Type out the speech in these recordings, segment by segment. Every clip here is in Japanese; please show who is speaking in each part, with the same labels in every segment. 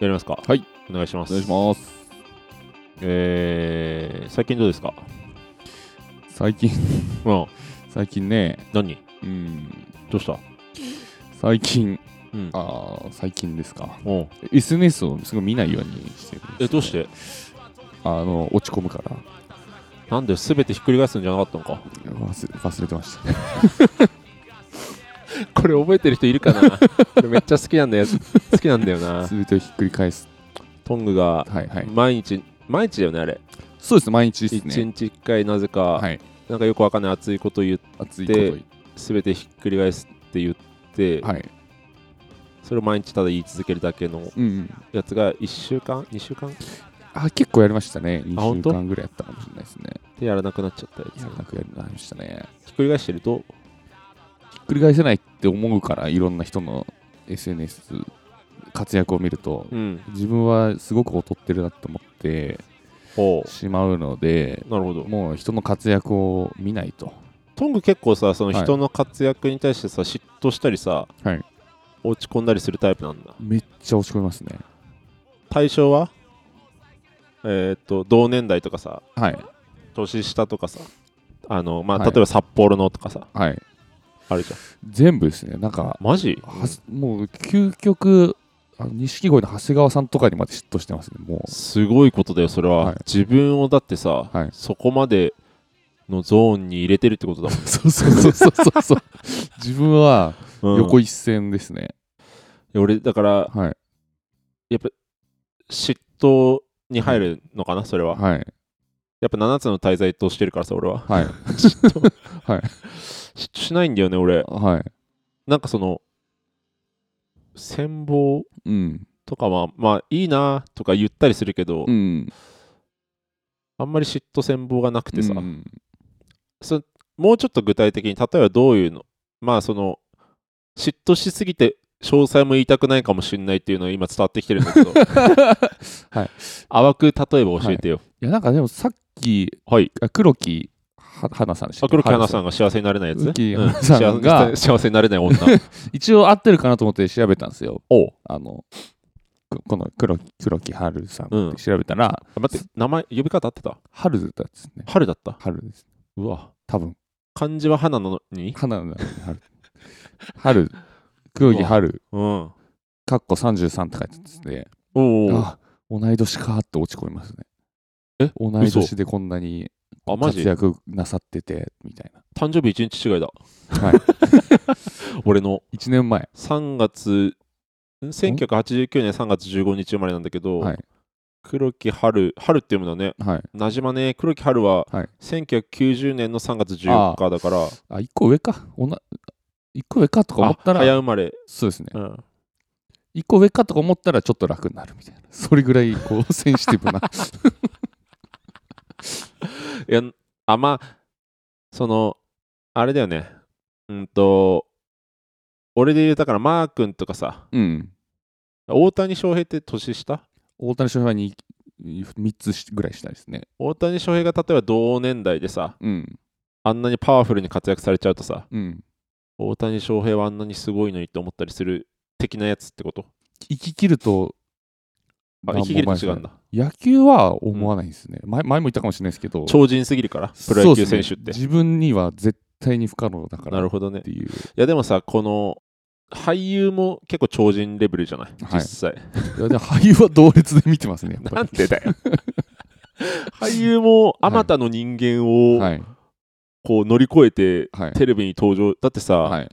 Speaker 1: やりますか
Speaker 2: はい
Speaker 1: お願いしま
Speaker 2: お
Speaker 1: す
Speaker 2: 願いします
Speaker 1: えー、最近どうですか
Speaker 2: 最近
Speaker 1: うん
Speaker 2: 最近ね
Speaker 1: 何
Speaker 2: うん
Speaker 1: どうした
Speaker 2: 最近
Speaker 1: うん
Speaker 2: あー最近ですか
Speaker 1: おう
Speaker 2: SNS をすごい見ないようにしてるんですよね、
Speaker 1: えどうして
Speaker 2: あの落ち込むから
Speaker 1: なんで全てひっくり返すんじゃなかったのか
Speaker 2: 忘れ忘れてました
Speaker 1: これ覚えてる人いるか なこれめっちゃ好きなんだよ好きなんだよな
Speaker 2: 全てをひっくり返す
Speaker 1: トングが
Speaker 2: はいはい
Speaker 1: 毎日毎日だよねあれ
Speaker 2: そうです毎日で
Speaker 1: 一
Speaker 2: すね
Speaker 1: 日一回なぜか、
Speaker 2: はい
Speaker 1: なんかよくわかんない熱いこと言う
Speaker 2: 熱いこと言っ
Speaker 1: 全てひっくり返すって言って、
Speaker 2: てはい
Speaker 1: それを毎日ただ言い続けるだけの
Speaker 2: うんうん
Speaker 1: やつが1週間2週間っ
Speaker 2: あ結構やりましたね
Speaker 1: あ
Speaker 2: 2
Speaker 1: 本
Speaker 2: 週
Speaker 1: 当
Speaker 2: 間ぐらいやったかもしれないですね
Speaker 1: てやらなくなっちゃったやつ
Speaker 2: やらなくやりましたね
Speaker 1: ひっくり返してると
Speaker 2: ひっくり返せないって思うからいろんな人の SNS 活躍を見ると
Speaker 1: うん
Speaker 2: 自分はすごく劣ってるなって思って
Speaker 1: おう
Speaker 2: しまうので
Speaker 1: なるほど
Speaker 2: もう人の活躍を見ないと
Speaker 1: トング結構さその
Speaker 2: はい
Speaker 1: 人の活躍に対してさ、嫉妬したりさ、
Speaker 2: はい
Speaker 1: 落ち込んだりするタイプなんだ
Speaker 2: めっちゃ落ち込みますね
Speaker 1: 対象はえーっと同年代とかさ
Speaker 2: はい
Speaker 1: 年下とかさあのまあ、
Speaker 2: はい
Speaker 1: 例えば札幌のとかさ
Speaker 2: はい
Speaker 1: あるじゃん
Speaker 2: 全部ですねなんか
Speaker 1: マジ
Speaker 2: はすもう究極あの錦鯉の長谷川さんとかにまで嫉妬してますねも
Speaker 1: すごいことだよそれは、
Speaker 2: はい
Speaker 1: 自分をだってさ、
Speaker 2: はい
Speaker 1: そこまでのゾーンに入れてるってことだもん
Speaker 2: うそうそうそうそうそうそう自分は
Speaker 1: うん
Speaker 2: 横
Speaker 1: い
Speaker 2: 一線ですね、
Speaker 1: や俺だから
Speaker 2: はい
Speaker 1: やっぱ嫉妬に入るのかなそれは
Speaker 2: はい
Speaker 1: やっぱ7つの滞在としてるからさ俺は
Speaker 2: はい
Speaker 1: 嫉妬しないんだよね俺
Speaker 2: はい
Speaker 1: なんかその戦望
Speaker 2: うん
Speaker 1: とかはまあいいなとか言ったりするけど、
Speaker 2: うん
Speaker 1: あんまり嫉妬戦望がなくてさ、
Speaker 2: うん
Speaker 1: そもうちょっと具体的に例えばどういうのまあその嫉妬しすぎて詳細も言いたくないかもしれないっていうのは今伝わってきてるんだ けど
Speaker 2: はい
Speaker 1: 淡く例えば教えてよ
Speaker 2: いやなんかでもさっき
Speaker 1: はい、
Speaker 2: あ黒木は花さんでした
Speaker 1: あ
Speaker 2: っけ
Speaker 1: 黒木花さ
Speaker 2: ん
Speaker 1: んが幸せになれないやつ、
Speaker 2: 黒木
Speaker 1: うん
Speaker 2: 華さんが
Speaker 1: 幸せ幸せになれない女
Speaker 2: 一応合ってるかなと思って調べたんですよ
Speaker 1: おう
Speaker 2: あのくこの黒木黒木春さんって調べたら、
Speaker 1: あ待って名前呼び方合ってた
Speaker 2: 春だったんですね
Speaker 1: 春だった
Speaker 2: 春です
Speaker 1: うわ
Speaker 2: 多分
Speaker 1: 漢字は花なのに
Speaker 2: 花なのに春 春黒木春
Speaker 1: うんおう
Speaker 2: かっこ33って書いてあってで
Speaker 1: おう
Speaker 2: あ同い年かーって落ち込みますね
Speaker 1: え
Speaker 2: 同い年でこんなに
Speaker 1: あマ
Speaker 2: 活
Speaker 1: ジ
Speaker 2: 躍なさっててみたい
Speaker 1: 誕生日1日違いだ
Speaker 2: な、 はい、
Speaker 1: 俺の
Speaker 2: 1年前
Speaker 1: 3月ん1989年3月15日生まれなんだけど、
Speaker 2: はい
Speaker 1: 黒木春春って読むのね
Speaker 2: はい
Speaker 1: なじまね黒木春は
Speaker 2: はい
Speaker 1: 1990年の3月14日だから、
Speaker 2: あ1個上かおな1個上かとか思
Speaker 1: あ
Speaker 2: った
Speaker 1: 早
Speaker 2: ら
Speaker 1: 生まれ、
Speaker 2: そうですね
Speaker 1: うん
Speaker 2: 1個上かとか思ったらちょっと楽になるみたいなそれぐらいこうセンシティ ブな
Speaker 1: いやあまあそのあれだよねうんと俺で言うだからマー君とかさ
Speaker 2: うん
Speaker 1: 大谷翔平って年下
Speaker 2: 大谷翔平に3つしぐらいしたいですね
Speaker 1: 大谷翔平が例えば同年代でさ
Speaker 2: うん
Speaker 1: あんなにパワフルに活躍されちゃうとさ
Speaker 2: うん
Speaker 1: 大谷翔平はあんなにすごいのにって思ったりする的なやつってこと
Speaker 2: 生き切ると
Speaker 1: あ生き切ると違うんだ
Speaker 2: 野球は思わないですね、前前も言ったかもしれないですけど
Speaker 1: 超人すぎるからプロ野球
Speaker 2: そ
Speaker 1: 選手
Speaker 2: うです
Speaker 1: っ
Speaker 2: ね
Speaker 1: て、
Speaker 2: 自分には絶対に不可能だから
Speaker 1: なるほどね
Speaker 2: っていう
Speaker 1: いやでもさこの俳優も結構超人レベルじゃない、
Speaker 2: はい
Speaker 1: 実際
Speaker 2: いやでも俳優は同列で見てますねやっぱり
Speaker 1: なんでだ よ俳優もあまたの人間
Speaker 2: は
Speaker 1: を
Speaker 2: い
Speaker 1: こう乗り越えて
Speaker 2: はい
Speaker 1: テレビに登場だってさ、
Speaker 2: はい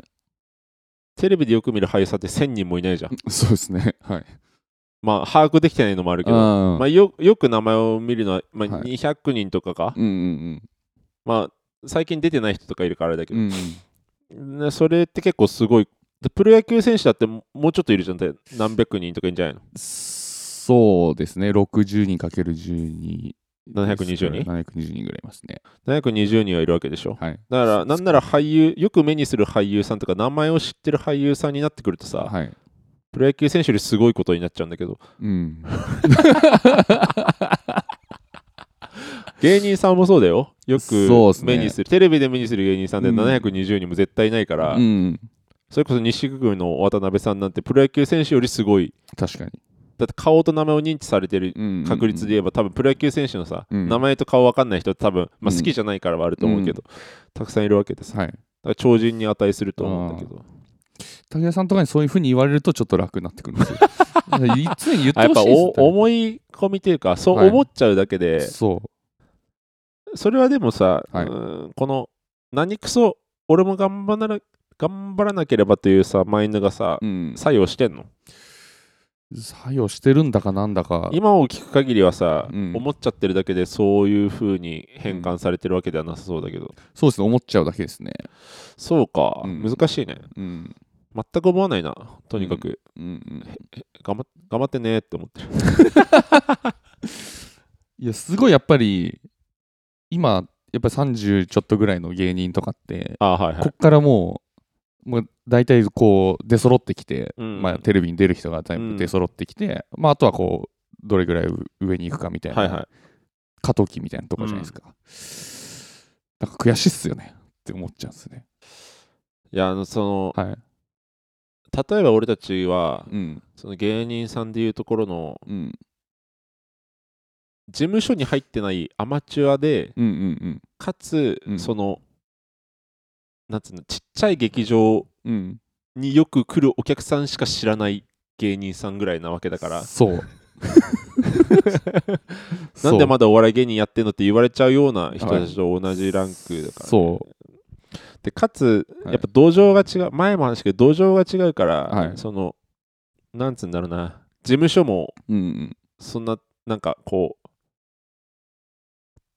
Speaker 1: テレビでよく見る俳優さんって1000人もいないじゃん
Speaker 2: そうですねはい
Speaker 1: まあ把握できてないのもあるけど
Speaker 2: うん
Speaker 1: まあ、よよく名前を見るのは、まあ、
Speaker 2: はい
Speaker 1: 200人とかか、
Speaker 2: うんうん
Speaker 1: まあ最近出てない人とかいるからあれだけ
Speaker 2: うん
Speaker 1: ど、
Speaker 2: うん
Speaker 1: ねそれって結構すごいでプロ野球選手だってももうちょっといるじゃんで何百人とかいるんじゃないの
Speaker 2: そうですね60人 ×12
Speaker 1: 720人
Speaker 2: 720人ぐらいいますね
Speaker 1: 720人はいるわけでしょ
Speaker 2: はい
Speaker 1: だからなんなら俳優よく目にする俳優さんとか名前を知ってる俳優さんになってくるとさ、
Speaker 2: はい
Speaker 1: プロ野球選手よりすごいことになっちゃうんだけど
Speaker 2: うん
Speaker 1: 芸人さんもそうだよよ
Speaker 2: そうっ
Speaker 1: く
Speaker 2: すね
Speaker 1: 目にするテレビで目にする芸人さんで
Speaker 2: うん
Speaker 1: 720人も絶対いないから、
Speaker 2: うん
Speaker 1: それこそ西区の渡辺さんなんてプロ野球選手よりすごい
Speaker 2: 確かに
Speaker 1: だって顔と名前を認知されてる
Speaker 2: うん
Speaker 1: 確率で言えば多分プロ野球選手のさ、
Speaker 2: うん
Speaker 1: 名前と顔分かんない人って多分、まあ、
Speaker 2: うん
Speaker 1: 好きじゃないからはあると思うけど、たくさんいるわけでさだ
Speaker 2: はい
Speaker 1: から超人に値すると思うんだけど
Speaker 2: 武田さんとかにそういうふうに言われるとちょっと楽になってくるん ですよいつに言っ
Speaker 1: あや
Speaker 2: て
Speaker 1: っ
Speaker 2: ほ
Speaker 1: ぱ
Speaker 2: しいです
Speaker 1: お思い込みというかそう
Speaker 2: はい
Speaker 1: 思っちゃうだけで、
Speaker 2: そ
Speaker 1: それはでもさ、
Speaker 2: はいう
Speaker 1: ーんこの何クソ俺も頑張らな頑張らなければというさマインドがさ、
Speaker 2: う、うん、
Speaker 1: 作用してんの
Speaker 2: 作用してるんだかなんだか
Speaker 1: 今を聞く限りはさ、
Speaker 2: うん
Speaker 1: 思っちゃってるだけでそういう風に変換されてるわけではなさそうだけど、
Speaker 2: そうですね思っちゃうだけですね
Speaker 1: そうか、
Speaker 2: うん
Speaker 1: 難しいね
Speaker 2: うん
Speaker 1: 全く思わないなとにかく、
Speaker 2: うんうん
Speaker 1: 頑張っ頑張ってねって思ってる
Speaker 2: いやすごいやっぱり今やっぱり30ちょっとぐらいの芸人とかって
Speaker 1: あはいは
Speaker 2: こ
Speaker 1: い
Speaker 2: っからもうもう大体こう出揃ってきて、
Speaker 1: うん
Speaker 2: まあ、テレビに出る人が全部出揃ってきて、まあ、あとはこうどれぐらい上に行くかみたいな、
Speaker 1: はいはい
Speaker 2: 過渡期みたいなとこじゃないですか、なんか悔しいっすよねって思っちゃうんですね
Speaker 1: いやあのその
Speaker 2: はい
Speaker 1: 例えば俺たちは
Speaker 2: うん
Speaker 1: その芸人さんでいうところの
Speaker 2: うん
Speaker 1: 事務所に入ってないアマチュアで
Speaker 2: うんうん
Speaker 1: かつ、
Speaker 2: うん
Speaker 1: そのなんつうのちっちゃい劇場
Speaker 2: うんうん
Speaker 1: によく来るお客さんしか知らない芸人さんぐらいなわけだから
Speaker 2: そう
Speaker 1: なんで
Speaker 2: ま
Speaker 1: まだお笑い芸人やってんのって言われちゃうような人たちと同じランクだから、
Speaker 2: そ
Speaker 1: でかつ
Speaker 2: はい
Speaker 1: やっぱ土壌が違う、前も話したけど土壌が違うから、
Speaker 2: はい
Speaker 1: そのなんつうんだろうな事務所も
Speaker 2: ううん
Speaker 1: そんななんかこう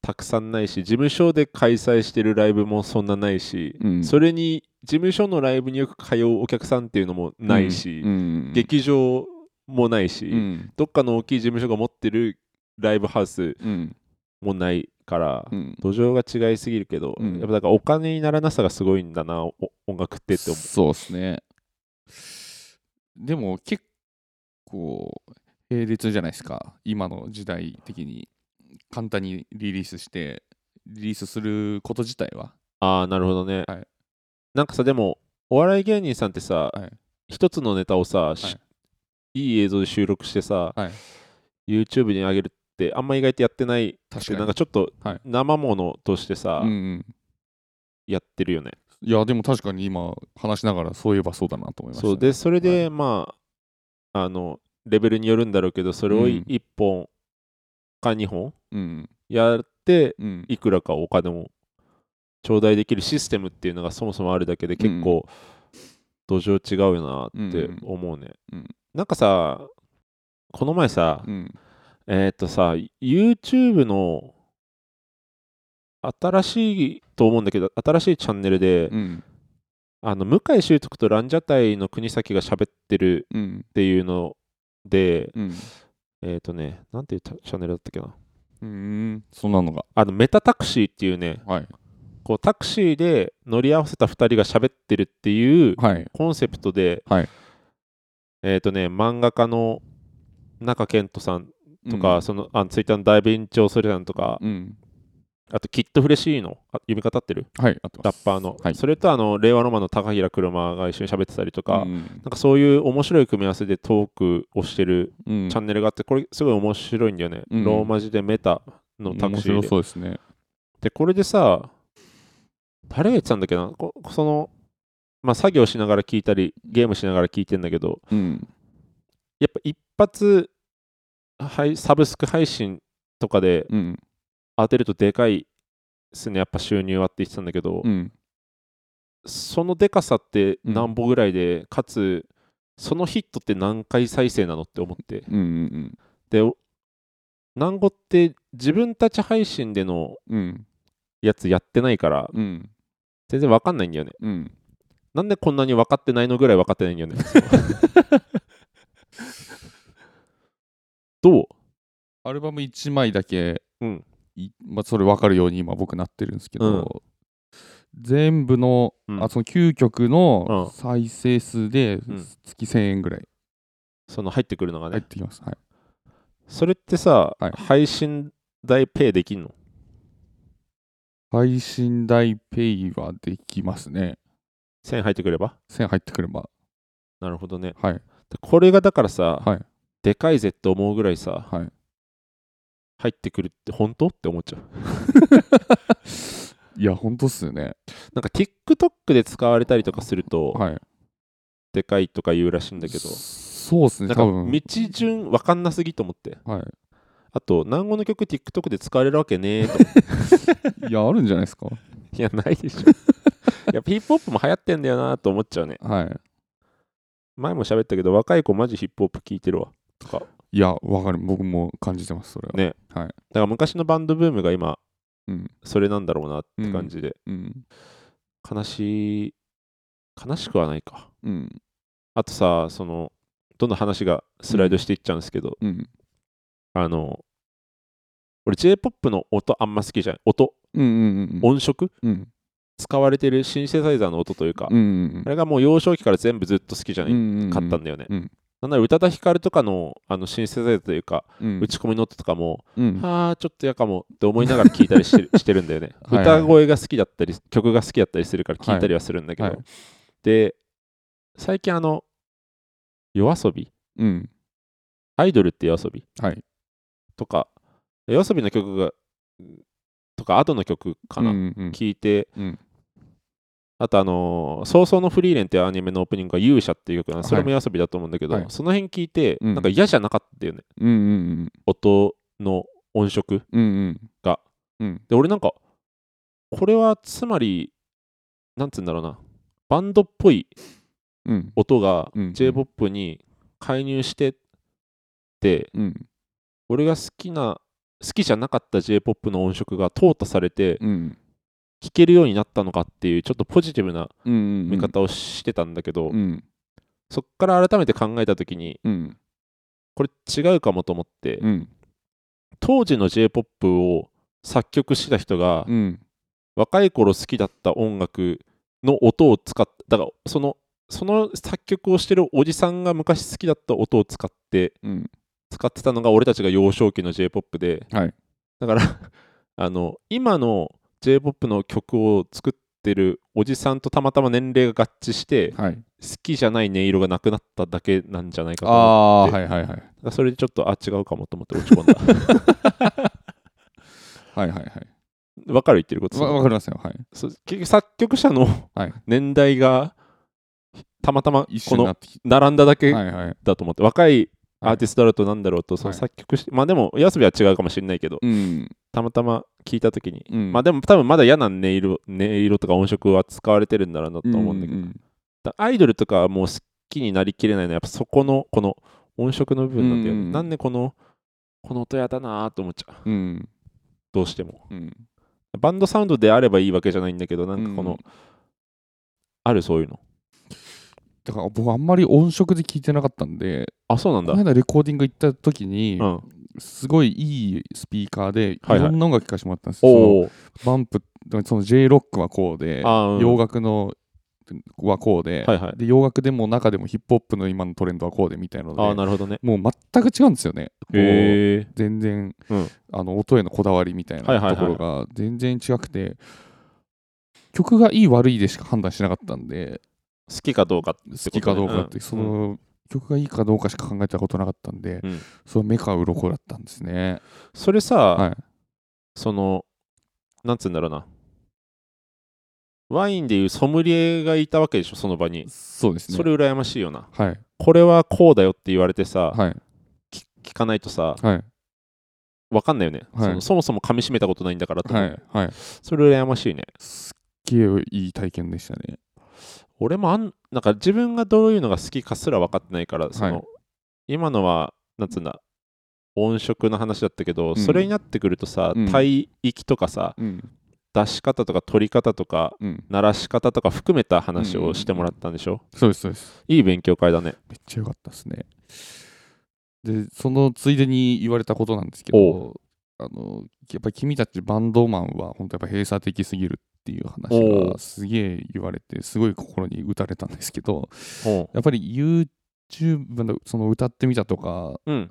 Speaker 1: たくさんないし事務所で開催してるライブもそんなないし、
Speaker 2: うんうん
Speaker 1: それに事務所のライブによく通うお客さんっていうのもないし、
Speaker 2: うんうんうん
Speaker 1: 劇場もないし、
Speaker 2: うん
Speaker 1: どっかの大きい事務所が持ってるライブハウス
Speaker 2: うん
Speaker 1: もないから、
Speaker 2: うん
Speaker 1: 土壌が違いすぎるけど、
Speaker 2: うん
Speaker 1: やっぱだからお金にならなさがすごいんだなお音楽ってって思う
Speaker 2: そうですねでも結構並列じゃないですか今の時代的に簡単にリリースしてリリースすること自体は
Speaker 1: ああなるほどね、
Speaker 2: はい
Speaker 1: なんかさでもお笑い芸人さんってさ、
Speaker 2: はい
Speaker 1: 一つのネタをさ、し
Speaker 2: はい
Speaker 1: い、い映像で収録してさ、
Speaker 2: はい
Speaker 1: YouTube に上げるってあんま意外とやってない
Speaker 2: 確かに
Speaker 1: なんかちょっと
Speaker 2: はい
Speaker 1: 生ものとしてさ、
Speaker 2: うんうん
Speaker 1: やってるよね
Speaker 2: いやでも確かに今話しながらそういえばそうだなと思いましたね、
Speaker 1: そうでそれで、
Speaker 2: は
Speaker 1: まああのレベルによるんだろうけどそれを
Speaker 2: うん
Speaker 1: 1本か2本
Speaker 2: うん
Speaker 1: やって
Speaker 2: うん
Speaker 1: いくらかお金も頂戴できるシステムっていうのがそもそもあるだけで結構土壌違うよなって思うね、
Speaker 2: うんうん
Speaker 1: なんかさこの前さ、
Speaker 2: うん
Speaker 1: えーっとさ YouTube の新しいと思うんだけど新しいチャンネルで、
Speaker 2: うん
Speaker 1: あの向井秀徳とランジャタイの国崎が喋ってる
Speaker 2: うん
Speaker 1: っていうので
Speaker 2: うん
Speaker 1: えーっ、とねなんていうチャチャンネルだったっけな
Speaker 2: うんそんなのが
Speaker 1: あのメタタクシーっていうね
Speaker 2: はい
Speaker 1: こうタクシーで乗り合わせた2人が喋ってるっていう
Speaker 2: はい
Speaker 1: コンセプトで、
Speaker 2: はい
Speaker 1: えっ、とね漫画家の中健人さんとか、
Speaker 2: うん
Speaker 1: そのあツイッターのダイビン・チョウソリさんとか、
Speaker 2: うん
Speaker 1: あときっとフレシーのあ読み方合ってる
Speaker 2: はいあと
Speaker 1: ラッパーの、
Speaker 2: はい
Speaker 1: それとあの令和ロマンの高平車が一緒に喋ってたりとか、な
Speaker 2: う
Speaker 1: ん
Speaker 2: ん
Speaker 1: かそういう面白い組み合わせでトークをしてる
Speaker 2: うん
Speaker 1: チャンネルがあってこれすごい面白いんだよね、
Speaker 2: うん
Speaker 1: ローマ字でメタのタクシー
Speaker 2: 面白
Speaker 1: で
Speaker 2: そうですね
Speaker 1: でこれでさ誰が言ってたんだっけなこその、まあ、作業しながら聞いたりゲームしながら聞いてんだけど
Speaker 2: うん
Speaker 1: やっぱ一発はいサブスク配信とかで
Speaker 2: うん
Speaker 1: 当てるとでかいですねやっぱ収入はって言ってたんだけど、
Speaker 2: うん
Speaker 1: そのでかさって何歩ぐらいで、かつそのヒットって何回再生なのって思って
Speaker 2: うんうん
Speaker 1: でお南語って自分たち配信での
Speaker 2: うん
Speaker 1: やつやってないから
Speaker 2: うん
Speaker 1: 全然わかんないんだよね
Speaker 2: うん
Speaker 1: なんでこんなに分かってないのぐらい分かってないんだよね。その どう
Speaker 2: アルバム1枚だけ、
Speaker 1: うん
Speaker 2: いまあ、それ分かるように今僕なってるんですけど、全部の,、
Speaker 1: うん
Speaker 2: あその9曲
Speaker 1: う
Speaker 2: の
Speaker 1: ん
Speaker 2: 再生数で
Speaker 1: ん
Speaker 2: 月1000円ぐらい
Speaker 1: その入ってくるのがね。
Speaker 2: 入ってきます、はい、
Speaker 1: それってさ、
Speaker 2: はい
Speaker 1: 配信代ペイできんの
Speaker 2: 配信代ペイはできますね
Speaker 1: ?1000 入ってくれば
Speaker 2: 1000入ってくれば
Speaker 1: なるほどね。
Speaker 2: はい
Speaker 1: でこれがだからさ、
Speaker 2: はい
Speaker 1: でかいぜって思うぐらいさ、
Speaker 2: はい
Speaker 1: 入ってくるって本当って思っちゃう。
Speaker 2: いや、本当っすよね。
Speaker 1: なんか TikTok で使われたりとかすると、
Speaker 2: はい。
Speaker 1: でかいとか言うらしいんだけど、
Speaker 2: そうっすね、
Speaker 1: なん
Speaker 2: 多
Speaker 1: か
Speaker 2: 分。
Speaker 1: 道順わかんなすぎと思って。
Speaker 2: は
Speaker 1: あと、南語の曲 TikTok で使われるわけねえと。
Speaker 2: い。いや、あるんじゃないですか。
Speaker 1: いや、ないでしょ。 いや、ヒップホップも流行ってんだよなと思っちゃうね。
Speaker 2: はい。
Speaker 1: 前も喋ったけど、若い子マジヒップホップ聴いてるわ。とか。だか
Speaker 2: いや、わかる。僕も感じてます、それは。
Speaker 1: ね
Speaker 2: はい。
Speaker 1: ら昔のバンドブームが今、
Speaker 2: うん。
Speaker 1: それなんだろうなって感じで。
Speaker 2: うん。
Speaker 1: 悲しい。悲しくはないか。
Speaker 2: うん。
Speaker 1: あとさ、その、どんどん話がスライドしていっちゃうんですけど、
Speaker 2: うん。
Speaker 1: あの、俺 J-POP の音あんま好きじゃない。音、
Speaker 2: うん。うん。
Speaker 1: 音色
Speaker 2: うん。うん。
Speaker 1: 使われてるシンセサイザーの音というか、
Speaker 2: うん
Speaker 1: あ。れがもう幼少期から全部ずっと好きじゃない。
Speaker 2: うん。
Speaker 1: 買ったんだよね。
Speaker 2: うん
Speaker 1: なんなら宇多田ヒカルとかのあのシンセサイザーというか、
Speaker 2: うん。
Speaker 1: 打ち込みの音とかも、
Speaker 2: うん。
Speaker 1: ああ、ちょっと嫌かもって思いながら聞い たりしてるしてるんだよね。
Speaker 2: はいはい
Speaker 1: 歌声が好きだったり、曲が好きだったりするから聞いたりはするんだけど、
Speaker 2: はいはい
Speaker 1: で、最近あの、夜遊び、
Speaker 2: うん。
Speaker 1: アイドルって夜遊び
Speaker 2: はい。
Speaker 1: とか、夜遊びの曲が、とか、後の曲かな、
Speaker 2: うん。うん。
Speaker 1: 聞いて、
Speaker 2: うん
Speaker 1: あとあのー早々のフリーレン」っていうアニメのオープニングが「勇者」っていう曲なのそれも
Speaker 2: は
Speaker 1: 夜遊びだと思うんだけど、
Speaker 2: はい
Speaker 1: その辺聞いて、
Speaker 2: うん
Speaker 1: なんか嫌じゃなかったよね
Speaker 2: うん。うん。
Speaker 1: 音の音色
Speaker 2: うん。うん。
Speaker 1: で俺なんかこれはつまりなんつうんだろうなバンドっぽい
Speaker 2: うん。
Speaker 1: 音が
Speaker 2: うん
Speaker 1: j p o p に介入してって
Speaker 2: うん。
Speaker 1: 俺が好きな好きじゃなかった j p o p の音色が淘汰されて
Speaker 2: うん。
Speaker 1: 聴けるようになったのかっていうちょっとポジティブな
Speaker 2: うん。
Speaker 1: 見方をしてたんだけど、
Speaker 2: うん。
Speaker 1: そっから改めて考えた時に
Speaker 2: うん。
Speaker 1: これ違うかもと思って、
Speaker 2: うん。
Speaker 1: 当時の j p o p を作曲してた人が、
Speaker 2: うん。
Speaker 1: 若い頃好きだった音楽の音を使ってだからそのその作曲をしてるおじさんが昔好きだった音を使って
Speaker 2: うん。
Speaker 1: 使ってたのが俺たちが幼少期の j p o p で、
Speaker 2: はい
Speaker 1: だから あの今の j p o p の曲を作ってるおじさんとたまたま年齢が合致して
Speaker 2: はい。
Speaker 1: 好きじゃない音色がなくなっただけなんじゃないかと
Speaker 2: あ
Speaker 1: 思って
Speaker 2: あ、はいはいはい。
Speaker 1: だからそれでちょっとあ違うかもと思って落ち込んだ
Speaker 2: はいはいはい。
Speaker 1: わかる言ってること
Speaker 2: わわかりますよ。はい。
Speaker 1: そう結局作曲者の
Speaker 2: はい
Speaker 1: 年代がたまたま
Speaker 2: 一
Speaker 1: こ
Speaker 2: 緒にな
Speaker 1: の
Speaker 2: ってき
Speaker 1: 並んだだ
Speaker 2: て。
Speaker 1: け
Speaker 2: はいはい。
Speaker 1: だと思って、若いアーティストだろうとなんだろうと、その
Speaker 2: はい
Speaker 1: 作曲してまあでも夜遊びは違うかもしれないけど、
Speaker 2: うん。
Speaker 1: たまたま聞いた時に、
Speaker 2: うん。
Speaker 1: まあでも多分まだ嫌な音色音色とか音色は使われてるんだろうなと思うんだけど、
Speaker 2: うん
Speaker 1: だからアイドルとかはもう好きになりきれないのはやっぱそこのこの音色の部分なんだよね、
Speaker 2: うん
Speaker 1: なんでこのこの音やだなーと思っちゃう
Speaker 2: うん。
Speaker 1: どうしても
Speaker 2: うん。
Speaker 1: バンドサウンドであればいいわけじゃないんだけど、な
Speaker 2: なん
Speaker 1: かこの、あるそういうの。
Speaker 2: だから僕あんまり音色で聞いてなかったんで、
Speaker 1: あ、そうなん
Speaker 2: こ
Speaker 1: だ。
Speaker 2: の間レコーディング行った時に、
Speaker 1: うん、
Speaker 2: すごいいいスピーカーで、い
Speaker 1: はいはい
Speaker 2: ろんな音楽聴かしてもらったんですよ。
Speaker 1: おお。
Speaker 2: そのバンプ、その J ロックはこうで、
Speaker 1: あーうん
Speaker 2: 洋楽のはこうで、
Speaker 1: はいはい。
Speaker 2: で洋楽でも中でもヒップホップの今のトレンドはこうでみたいなので
Speaker 1: ああ、なるほどね。
Speaker 2: もう全く違うんですよね。こう
Speaker 1: へえ。
Speaker 2: 全然、
Speaker 1: うん
Speaker 2: あの音へのこだわりみたい
Speaker 1: はい
Speaker 2: な
Speaker 1: はいはい
Speaker 2: ところが全然違くて、曲がいい悪いでしか判断しなかったんで
Speaker 1: 好きかどうかってこと、ね、
Speaker 2: 好きかどうかって、
Speaker 1: ん
Speaker 2: そ
Speaker 1: うん
Speaker 2: の、曲がいいかどうかしか考えたことなかったんで、
Speaker 1: うん
Speaker 2: それ目か鱗だったんですね。
Speaker 1: それさ、
Speaker 2: はい、
Speaker 1: その、なんつうんだろうな。ワインでいうソムリエがいたわけでしょ、その場に。
Speaker 2: そうですね。
Speaker 1: それ羨ましいよな。
Speaker 2: はい
Speaker 1: これはこうだよって言われてさ、
Speaker 2: はい
Speaker 1: き聞かないとさ、
Speaker 2: はい
Speaker 1: わかんないよね、
Speaker 2: はい
Speaker 1: その。そもそも噛み締めたことないんだからと思
Speaker 2: は
Speaker 1: う、
Speaker 2: いはい。
Speaker 1: それ羨ましいね。
Speaker 2: すっげえいい体験でしたね。
Speaker 1: 俺もあんなんか自分がどういうのが好きかすら分かってないからその、
Speaker 2: はい
Speaker 1: 今のはなんつうんだ音色の話だったけど、
Speaker 2: ん
Speaker 1: それになってくるとさ、
Speaker 2: うん
Speaker 1: 体域とかさ
Speaker 2: うん
Speaker 1: 出し方とか取り方とか
Speaker 2: うん
Speaker 1: 鳴らし方とか含めた話をしてもらったんでしょ、
Speaker 2: そうですそうです。
Speaker 1: いい勉強会だね
Speaker 2: めっちゃ良かったですね。で、そのついでに言われたことなんですけど
Speaker 1: お、
Speaker 2: あのやっぱり君たちバンドマンは本当やっぱ閉鎖的すぎるっていう話
Speaker 1: お
Speaker 2: がすげえ言われて、すごい心に打たれたんですけど、
Speaker 1: うん
Speaker 2: やっぱり YouTube のその歌ってみたとか、
Speaker 1: うん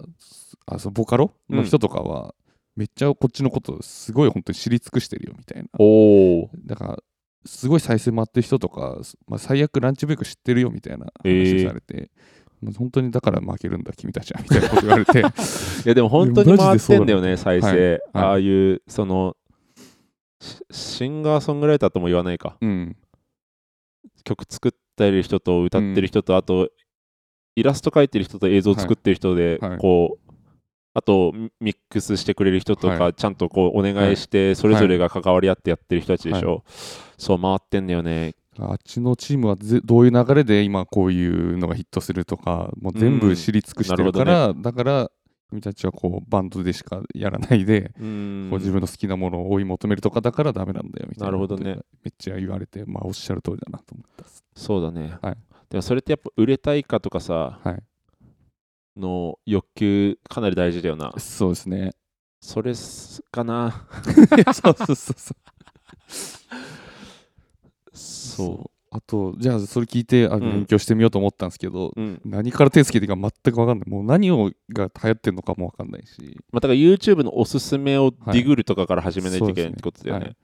Speaker 2: あそのボカロの人とかは、めっちゃこっちのことすごい本当に知り尽くしてるよみたいな。
Speaker 1: おお
Speaker 2: だからすごい再生回ってる人とか、まあ、最悪ランチブレイク知ってるよみたいな
Speaker 1: え
Speaker 2: 話
Speaker 1: ー
Speaker 2: されて、本当にだから負けるんだ、君たちは、みたいなこと言わ れて、
Speaker 1: いやでも本当に回ってんだよね、再
Speaker 2: だ
Speaker 1: 生。
Speaker 2: はいはい
Speaker 1: ああいう、その、シシンガーソングライターとも言わないか。
Speaker 2: うん、
Speaker 1: 曲作ってる人と歌ってる人と、あと、イラスト描いてる人と映像作ってる人で、
Speaker 2: はいはい
Speaker 1: こう、あとミミックスしてくれる人とか、
Speaker 2: は
Speaker 1: ちゃんとこうお願いして、それぞれが関わり合ってやってる人たちでしょ。そう、回ってんだよね。
Speaker 2: あっちのチームはぜどういう流れで今こういうのがヒットするとか、もう全
Speaker 1: うん
Speaker 2: 部知り尽くしてるか
Speaker 1: な
Speaker 2: ら、だから、君たちはこうバンドでしかやらないで、
Speaker 1: うん
Speaker 2: こう自分の好きなものを追い求めるとかだからダメなんだよみたいな。
Speaker 1: なるほどね。
Speaker 2: めっちゃ言われて、まあおっしゃる通りだなと思ったっす。
Speaker 1: そうだね。
Speaker 2: はい
Speaker 1: でもそれってやっぱ売れたいかとかさ、
Speaker 2: はい。
Speaker 1: の欲求かなり大事だよな。
Speaker 2: そうで すね。
Speaker 1: それっすかな。
Speaker 2: そうそうそうそう。
Speaker 1: そ
Speaker 2: あと、じゃあそれ聞いてあ
Speaker 1: ん
Speaker 2: 勉強してみようと思ったんですけど、
Speaker 1: う。うん。
Speaker 2: 何から手つけていいか全く分かんない。もう何をが流行ってるのかも分かんないし、
Speaker 1: まあ、だから YouTube のおすすめをデ
Speaker 2: はい
Speaker 1: ィグるとかから始めないといけないってことだよね。
Speaker 2: はい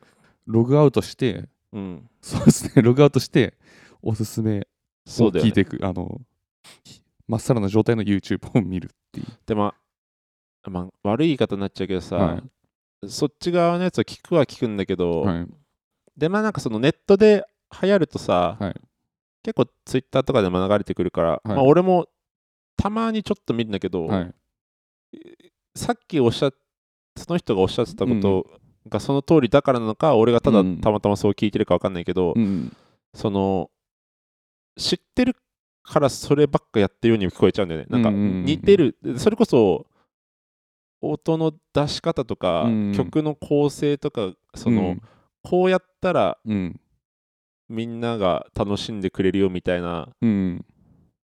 Speaker 2: ログアウトして、
Speaker 1: うん。
Speaker 2: そうですね、ロ グアウトして、おすすめ
Speaker 1: そ
Speaker 2: を
Speaker 1: うだよ
Speaker 2: 聞い
Speaker 1: ね。
Speaker 2: ていく、あの、まっさらな状態の YouTube を見るっていう。
Speaker 1: でも、まあ、悪い言い方になっちゃうけどさ、
Speaker 2: は
Speaker 1: そっち側のやつを聞くは聞くんだけど、
Speaker 2: はい、
Speaker 1: で、まあなんかそのネットで流行るとさ、
Speaker 2: はい
Speaker 1: 結構 Twitter とかでも流れてくるから、
Speaker 2: い
Speaker 1: まあ俺もたまにちょっと見るんだけど、
Speaker 2: はい、
Speaker 1: さっきおっしゃっその人がおっしゃってたことがその通りだからなのか、俺がただ
Speaker 2: うん
Speaker 1: たまたまそう聞いてるか分かんないけど、
Speaker 2: うん、
Speaker 1: その知ってるからそればっかやってるようにも聞こえちゃうんだよね。なんか
Speaker 2: うんうんうんうん
Speaker 1: 似てる、それこそ音の出し方とか、
Speaker 2: うんうん
Speaker 1: 曲の構成とかその、こうやったら
Speaker 2: うん、
Speaker 1: みんなが楽しんでくれるよみたいな
Speaker 2: うん、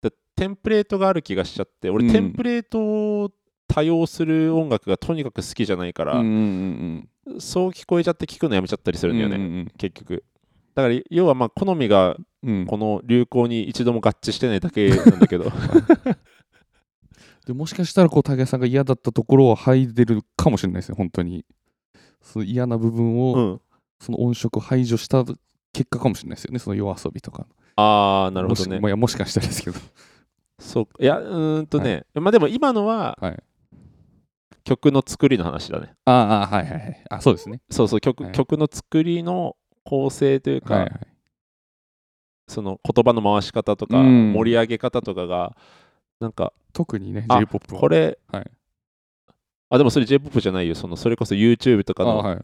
Speaker 1: だテンプレートがある気がしちゃって俺、
Speaker 2: うん
Speaker 1: テンプレートを多用する音楽がとにかく好きじゃないか
Speaker 2: う
Speaker 1: ら、
Speaker 2: ん、うん、うん、
Speaker 1: そう聞こえちゃって聞くのやめちゃったりするんだよね、
Speaker 2: うん
Speaker 1: 結局だから要はまあ好みが
Speaker 2: うん、
Speaker 1: この流行に一度も合致してないだけなんだけ ど
Speaker 2: でもしかしたらこう武井さんが嫌だったところを剥いでるかもしれないですね本当にその嫌な部分を、
Speaker 1: うん
Speaker 2: その音色を排除した結果かもしれないですよねその夜遊びとか
Speaker 1: ああなるほど
Speaker 2: もし,、
Speaker 1: ね
Speaker 2: まあ、いやもしかしたらで すけど
Speaker 1: そういやうーんとね、まあでも今のは、
Speaker 2: はい
Speaker 1: 曲の作りの話だね
Speaker 2: ああああはいはいはいあそうですね
Speaker 1: そうそう曲,、
Speaker 2: はい
Speaker 1: 曲の作りの構成というか、
Speaker 2: はいはい
Speaker 1: その言葉の回し方とか
Speaker 2: うん
Speaker 1: 盛り上げ方とかがなんか
Speaker 2: 特にね
Speaker 1: あ
Speaker 2: j p o p
Speaker 1: これ
Speaker 2: はい
Speaker 1: あでもそれ J−POP じゃないよそのそれこそ YouTube と
Speaker 2: あ
Speaker 1: かの
Speaker 2: はい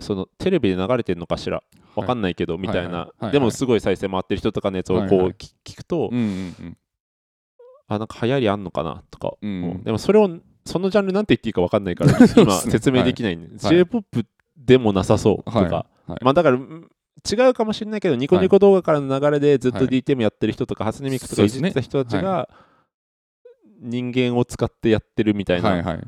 Speaker 1: そのテレビで流れてるのかしらわかんないけど、みたい
Speaker 2: はい
Speaker 1: な
Speaker 2: はいはい
Speaker 1: でもすごい再生回ってる人とかのやつをこう、
Speaker 2: はいはい
Speaker 1: き聞くと、
Speaker 2: うんうん
Speaker 1: あなんか流行りあんのかなとか、
Speaker 2: うんうん
Speaker 1: でもそれをそのジャンルなんて言っていいかわかんないから
Speaker 2: そうっ
Speaker 1: 今
Speaker 2: すね
Speaker 1: 説明できない、ね
Speaker 2: はい
Speaker 1: J−POP でもなさそうとか、
Speaker 2: はいはい
Speaker 1: まあだからうん違うかもしれないけどニコニコ動画からの流れでずっ
Speaker 2: は
Speaker 1: と
Speaker 2: い
Speaker 1: DTM やってる人とか初音ミクとかいじってた人たちが人間を使ってやってるみたいな
Speaker 2: はいはい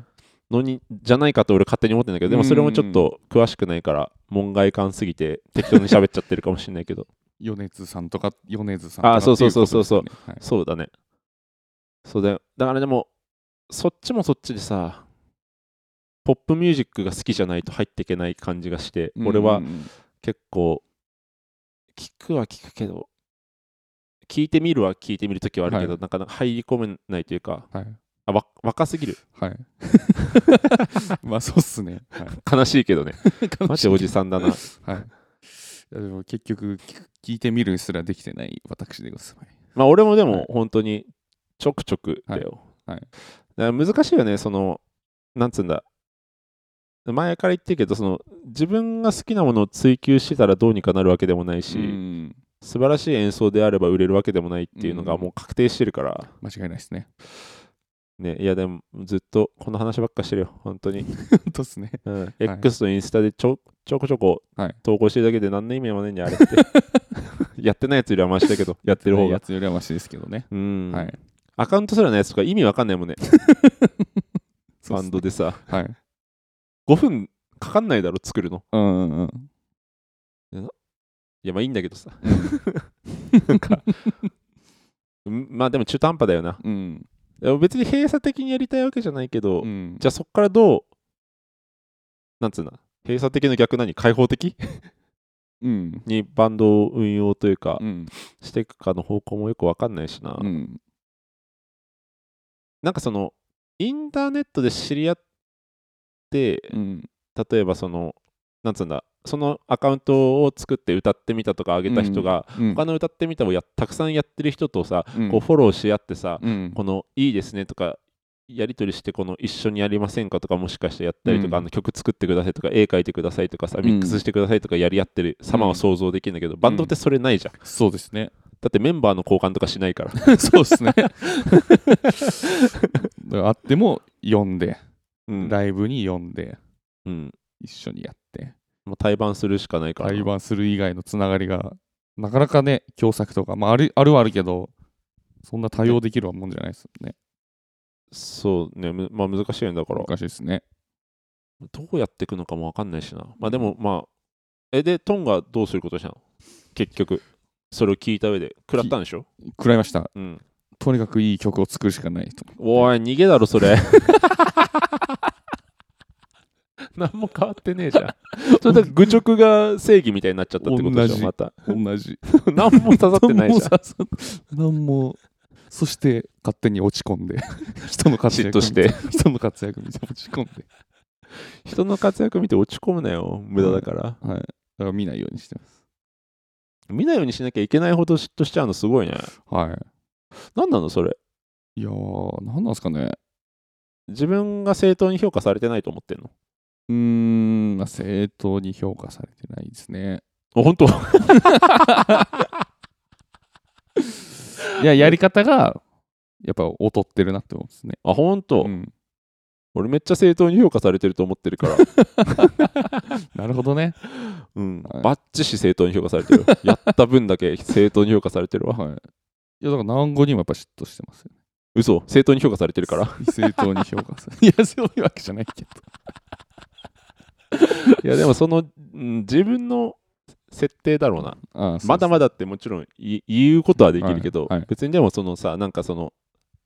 Speaker 1: のにじゃないかと俺勝手に思ってんだけどでもそれもちょっと詳しくないから門外観すぎて適当に喋っちゃってるかもしれないけど
Speaker 2: 米津さんとか米津さんとか
Speaker 1: あそうそうそうそうそう
Speaker 2: っていことですよ
Speaker 1: そ
Speaker 2: ね
Speaker 1: うだねそうだよだからでもそっちもそっちでさポップミュージックが好きじゃないと入っていけない感じがして
Speaker 2: はい
Speaker 1: 俺は
Speaker 2: うんうん
Speaker 1: 結構聞くは聞くけど聞いてみるは聞いてみるときはあるけど、
Speaker 2: はい
Speaker 1: なかなか入り込めないというか
Speaker 2: うんはい
Speaker 1: あわ若すぎる
Speaker 2: はい まあそうっすね、はい
Speaker 1: 悲しいけど ねマジおじさんだな
Speaker 2: はい。いやでも結局聞く聞いてみるすらできてない私でございます。
Speaker 1: まあ俺もでも
Speaker 2: はい
Speaker 1: 本当にちょくちょくだよ。
Speaker 2: はいはい
Speaker 1: だから難しいよね、その、なんつうんだ。前から言ってるけど、その自分が好きなものを追求してたらどうにかなるわけでもないし、
Speaker 2: うん
Speaker 1: 素晴らしい演奏であれば売れるわけでもないっていうのが
Speaker 2: うん
Speaker 1: もう確定してるから、
Speaker 2: 間違いないですね。
Speaker 1: ね、いやでもずっとこの話ばっかしてるよ、本当に。
Speaker 2: 本当ですね。
Speaker 1: うん X とインスタでちょちょこちょこ
Speaker 2: はい
Speaker 1: 投稿してるだけで何の意味もないんだよあれって。 やってないやつよりはマシだけど、やってる方
Speaker 2: や
Speaker 1: が。
Speaker 2: つよりはマシですけどね。
Speaker 1: うん
Speaker 2: はい。
Speaker 1: アカウントすらないやつとか意味わかんないもんね。
Speaker 2: そう
Speaker 1: バ
Speaker 2: っす
Speaker 1: ンドでさ、
Speaker 2: はい。
Speaker 1: 5分かかんないだろ、作るの。
Speaker 2: うんうんうん。
Speaker 1: いや、まあいいんだけどさ。 なんか、うんまあでも中途半端だよな。
Speaker 2: うん。
Speaker 1: でも別に閉鎖的にやりたいわけじゃないけど、
Speaker 2: うん
Speaker 1: じゃあそっからどう、なんつうの、閉鎖的の逆何、開放的
Speaker 2: うん。
Speaker 1: にバンドを運用というか、
Speaker 2: うん。
Speaker 1: していくかの方向もよくわかんないしな。
Speaker 2: うん。
Speaker 1: なんかそのインターネットで知り合って
Speaker 2: うん
Speaker 1: 例えばそのなんつうんだそのアカウントを作って歌ってみたとかあげた人が、
Speaker 2: うん
Speaker 1: 他の歌ってみたをやたくさんやってる人とさ、
Speaker 2: うん
Speaker 1: こうフォローし合ってさ、
Speaker 2: うん
Speaker 1: このいいですねとかやり取りしてこの一緒にやりませんかとかもしかしてやったりとか、
Speaker 2: うん
Speaker 1: あの曲作ってくださいとか絵描いてくださいとかさ
Speaker 2: うん
Speaker 1: ミックスしてくださいとかやり合ってる様を想像できるんだけど、バンドってそれないじゃん
Speaker 2: そうですね
Speaker 1: だってメンバーの交換とかしないから
Speaker 2: そうです ねだからあっても読んで、
Speaker 1: うん、
Speaker 2: ライブに読んで
Speaker 1: うん、
Speaker 2: 一緒にやって
Speaker 1: もう対バンするしかないから
Speaker 2: 対バンする以外のつながりがなかなかね共作とか、まあ、あるあるはあるけどそんな対応できるもんじゃないですよね
Speaker 1: そうねむまあ難しいんだから
Speaker 2: おかしいですね
Speaker 1: どうやっていくのかも分かんないしなまあでもまあえでトンがどうすることにしたの結局それを聞いた上で食らったんでしょ、
Speaker 2: 食らいました
Speaker 1: うん、
Speaker 2: とにかくいい曲を作るしかない と
Speaker 1: おい逃げだろそれ 何も変わってねえじゃん それだけ愚直が正義みたいになっちゃったってことで
Speaker 2: 同
Speaker 1: し
Speaker 2: じ
Speaker 1: ょまた
Speaker 2: 同じ
Speaker 1: 何も刺さってない じゃん
Speaker 2: 何もそして勝手に落ち込んで 人の活
Speaker 1: 嫉
Speaker 2: 躍
Speaker 1: 妬して
Speaker 2: 人の活躍見て落ち込んで
Speaker 1: 人の活躍見て落ち込むなよ無駄だから、
Speaker 2: はいだから見ないようにしてます
Speaker 1: 見ないようにしなきゃいけないほど嫉妬しちゃうのすごいね
Speaker 2: は
Speaker 1: 何なのそれ
Speaker 2: いいやー何なんですかね
Speaker 1: 自分が正当に評価されてないと思ってんの
Speaker 2: うーんまあ正当に評価されてないですね
Speaker 1: あ本当
Speaker 2: いややり方がやっぱ劣ってるなって思うんですね
Speaker 1: あ本当、
Speaker 2: うん
Speaker 1: 俺めっちゃ正当に評価されてると思ってるから、
Speaker 2: なるほどね
Speaker 1: うん
Speaker 2: はい
Speaker 1: バッチし正当に評価されてるやった分だけ正当に評価されてるわ
Speaker 2: はいいやだから南語にもやっぱ嫉妬してますよ
Speaker 1: 嘘正当に評価されてるから
Speaker 2: 正当に評価する いやそういうわけじゃないけど
Speaker 1: いやでもその、うん自分の設定だろうな
Speaker 2: ああそう
Speaker 1: まだまだってもちろんい言うことはできるけど、
Speaker 2: はいはい
Speaker 1: 別にでもそのさなんかその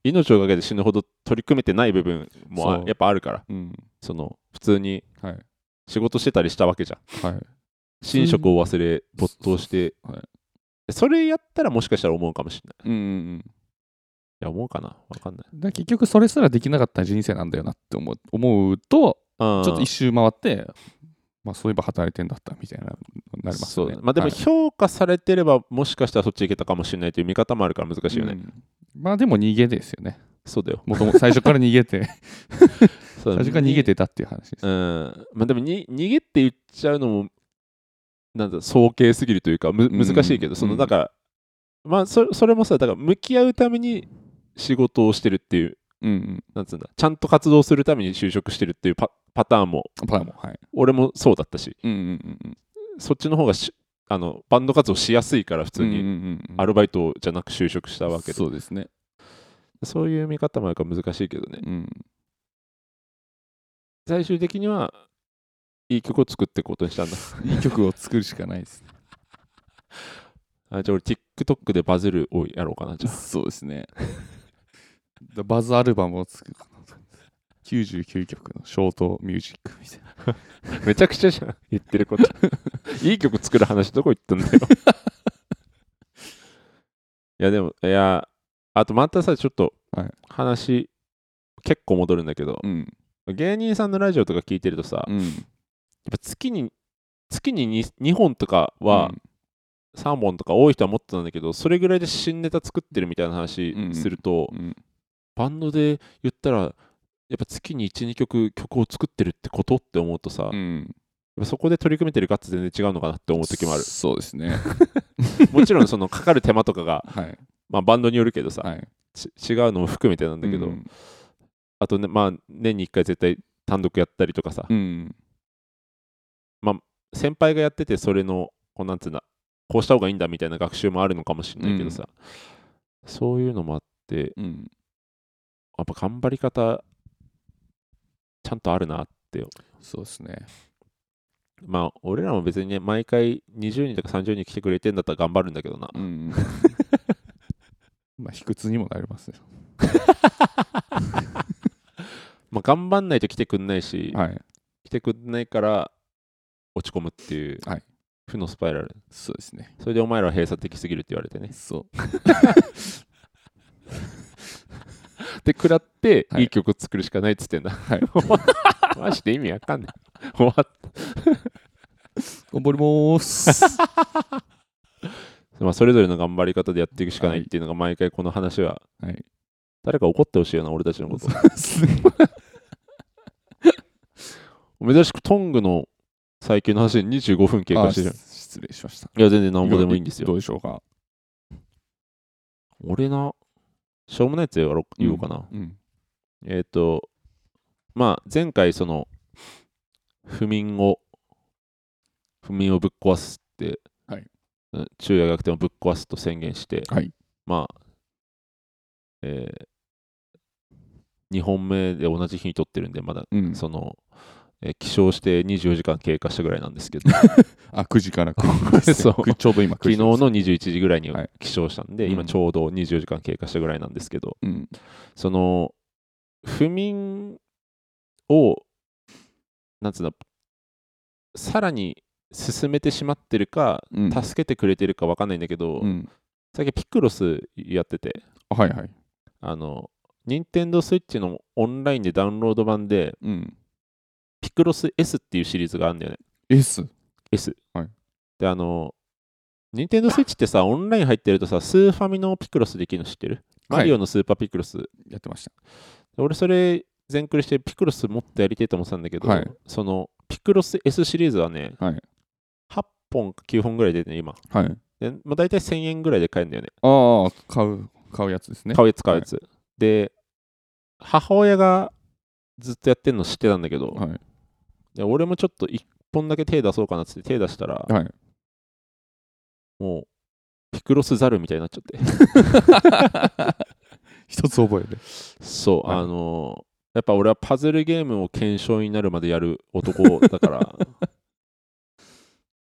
Speaker 1: 命をかけて死ぬほど取り組めてない部分もあ
Speaker 2: そう
Speaker 1: やっぱあるから
Speaker 2: うん
Speaker 1: その普通に
Speaker 2: はい
Speaker 1: 仕事してたりしたわけじゃん
Speaker 2: はい
Speaker 1: 寝食を忘れ
Speaker 2: 通に
Speaker 1: 没頭して
Speaker 2: そうはい
Speaker 1: それやったらもしかしたら思うかもしれない
Speaker 2: うんうん
Speaker 1: いや思うかなわかんない
Speaker 2: うん、だから結局それすらできなかった人生なんだよなって思う思うと
Speaker 1: あ
Speaker 2: ちょっと一周回って、まあ、そういえば働いてんだったみたいななりますよね。
Speaker 1: まあでも
Speaker 2: はい
Speaker 1: 評価されてればもしかしたらそっち行けたかもしれないという見方もあるから難しいよね、
Speaker 2: うんまあでも逃げですよね。
Speaker 1: そうだよ
Speaker 2: もともと最初から逃 げて
Speaker 1: そう
Speaker 2: 最
Speaker 1: だよ
Speaker 2: 初から逃げてたっていう話です。
Speaker 1: うん、まあでもに逃げって言っちゃうのもなんだ尊敬すぎるというかむ
Speaker 2: うん
Speaker 1: 難しいけど、そうの
Speaker 2: ん
Speaker 1: だから、まあそそれもさだから向き合うために仕事をしてるっていう
Speaker 2: うんうん。
Speaker 1: なんつうんだちゃんと活動するために就職してるっていうパパターンも
Speaker 2: パラもはい。
Speaker 1: 俺もそうだったし
Speaker 2: うんうんうんうん。
Speaker 1: そっちの方がしあのバンド活動しやすいから普通にア
Speaker 2: る
Speaker 1: ルバイトじゃなく就職したわけで、
Speaker 2: そうですね。
Speaker 1: そういう見方もあるから難しいけどね
Speaker 2: うん。
Speaker 1: 最終的にはいい曲を作っていくことにしたんだ
Speaker 2: いい曲を作るしかないです。
Speaker 1: あじゃあ俺 TikTok でバズるをやろうかなじゃあ
Speaker 2: そうですね。だ バズアルバムを作るかなと。99曲のショートミュージックみたいな。
Speaker 1: めちゃくちゃじゃん、言ってる こと。いい曲作る話どこ行ったんだよ。いや、でも、いや、あとまたさ、ちょっと
Speaker 2: はい
Speaker 1: 話、結構戻るんだけど、
Speaker 2: うん。
Speaker 1: 芸人さんのラジオとか聞いてるとさ、やっ
Speaker 2: うん。
Speaker 1: ぱ月に、月に 2, 2本とかは
Speaker 2: うん
Speaker 1: 3本とか多い人はもっとなんだけど、それぐらいで新ネタ作ってるみたいな話
Speaker 2: うん
Speaker 1: すると、
Speaker 2: うん
Speaker 1: バンドで言ったら、やっぱ月に1、2曲曲を作ってるってことって思うとさ、
Speaker 2: うん。
Speaker 1: やっぱそこで取り組めてるガッツ全然違うのかなって思う時もある
Speaker 2: そうですね。
Speaker 1: もちろんそのかかる手間とか が、
Speaker 2: はい。
Speaker 1: まあ、バンドによるけどさ、
Speaker 2: はい。
Speaker 1: ち違うのも含めてなんだけど、
Speaker 2: うん
Speaker 1: あとねまあ年に1回絶対単独やったりとかさ、
Speaker 2: うん。
Speaker 1: 先輩がやっててそれのこうなんつうんだこうした方がいいんだみたいな学習もあるのかもしれないけどさ、そういうのもあって
Speaker 2: うん。
Speaker 1: やっぱ頑張り方ちゃんとあるなって
Speaker 2: そうですね。
Speaker 1: まあ俺らも別にね毎回20人とか30人来てくれてんだったら頑張るんだけ どな
Speaker 2: うん。まあ、卑屈にもなりますよ。
Speaker 1: まあ、頑張んないと来てくんないし、
Speaker 2: はい。
Speaker 1: 来てくんないから落ち込むっていう、
Speaker 2: はい
Speaker 1: 負のスパイラル
Speaker 2: そうですね。
Speaker 1: それでお前 らは閉鎖的すぎるって言われてね
Speaker 2: そう。
Speaker 1: で食らって、
Speaker 2: はい
Speaker 1: いい曲作るしかないっつってん だ。
Speaker 2: はい
Speaker 1: マジで意味わかんない。 終わっ
Speaker 2: 頑張ります。
Speaker 1: まあ、それぞれの頑張り方でやっていくしかないっていうのが毎回この話は、
Speaker 2: はい
Speaker 1: 誰か怒ってほしいよな俺たちのこと珍しくトングの最近の話で25分経過
Speaker 2: あ
Speaker 1: してる
Speaker 2: 失礼しました。
Speaker 1: いや全然なんぼでもいいんです
Speaker 2: ど
Speaker 1: よ
Speaker 2: うでしょうか。
Speaker 1: 俺なしょうもないやつやろう言おうかな、
Speaker 2: うん。
Speaker 1: えっ、とまあ前回その不眠を不眠をぶっ壊すって、
Speaker 2: はい
Speaker 1: うん昼夜逆転をぶっ壊すと宣言して、
Speaker 2: はい
Speaker 1: まあえ2本目で同じ日に撮ってるんでまだ
Speaker 2: うん。
Speaker 1: その、えー起床して24時間経過したぐらいなんですけど昨
Speaker 2: あ、9時から9時
Speaker 1: そう
Speaker 2: くちょうど今9
Speaker 1: 日
Speaker 2: 時
Speaker 1: の21時ぐらいに
Speaker 2: はい
Speaker 1: 起床したんで、
Speaker 2: うん
Speaker 1: 今ちょうど24時間経過したぐらいなんですけど、
Speaker 2: うん。
Speaker 1: その不眠をなんつうのさらに進めてしまってるか
Speaker 2: うん。
Speaker 1: 助けてくれてるかわかんないんだけど、
Speaker 2: うん。
Speaker 1: 最近ピクロスやってて
Speaker 2: あはいはい。
Speaker 1: あの任天堂スイッチのオンラインでダウンロード版で
Speaker 2: うん。
Speaker 1: ピクロス S っていうシリーズがあるんだよね
Speaker 2: S。
Speaker 1: S、
Speaker 2: はい
Speaker 1: であの任天堂スイッチってさオンライン入ってるとさスーファミのピクロスできるの知ってる、
Speaker 2: はい
Speaker 1: マリオのスーパーピクロス
Speaker 2: やってました。
Speaker 1: で俺それ全クリしてピクロスもっとやりてえと思ってたんだけど、
Speaker 2: はい
Speaker 1: そのピクロス S シリーズはね、
Speaker 2: はい
Speaker 1: 8本か9本ぐらい出てね今
Speaker 2: はい。
Speaker 1: で、まあ、大体1000円ぐらいで買えるんだよね
Speaker 2: ああ、買う、買うやつですね。
Speaker 1: 買うやつ買うやつ、で母親がずっとやってんの知ってたんだけど、
Speaker 2: はい。
Speaker 1: で俺もちょっと1本だけ手出そうかなっつって手出したら、
Speaker 2: はい。
Speaker 1: もうピクロスザルみたいになっちゃ って
Speaker 2: 一つ覚える。
Speaker 1: そう、
Speaker 2: はい
Speaker 1: あのーやっぱ俺はパズルゲームを検証になるまでやる男だ から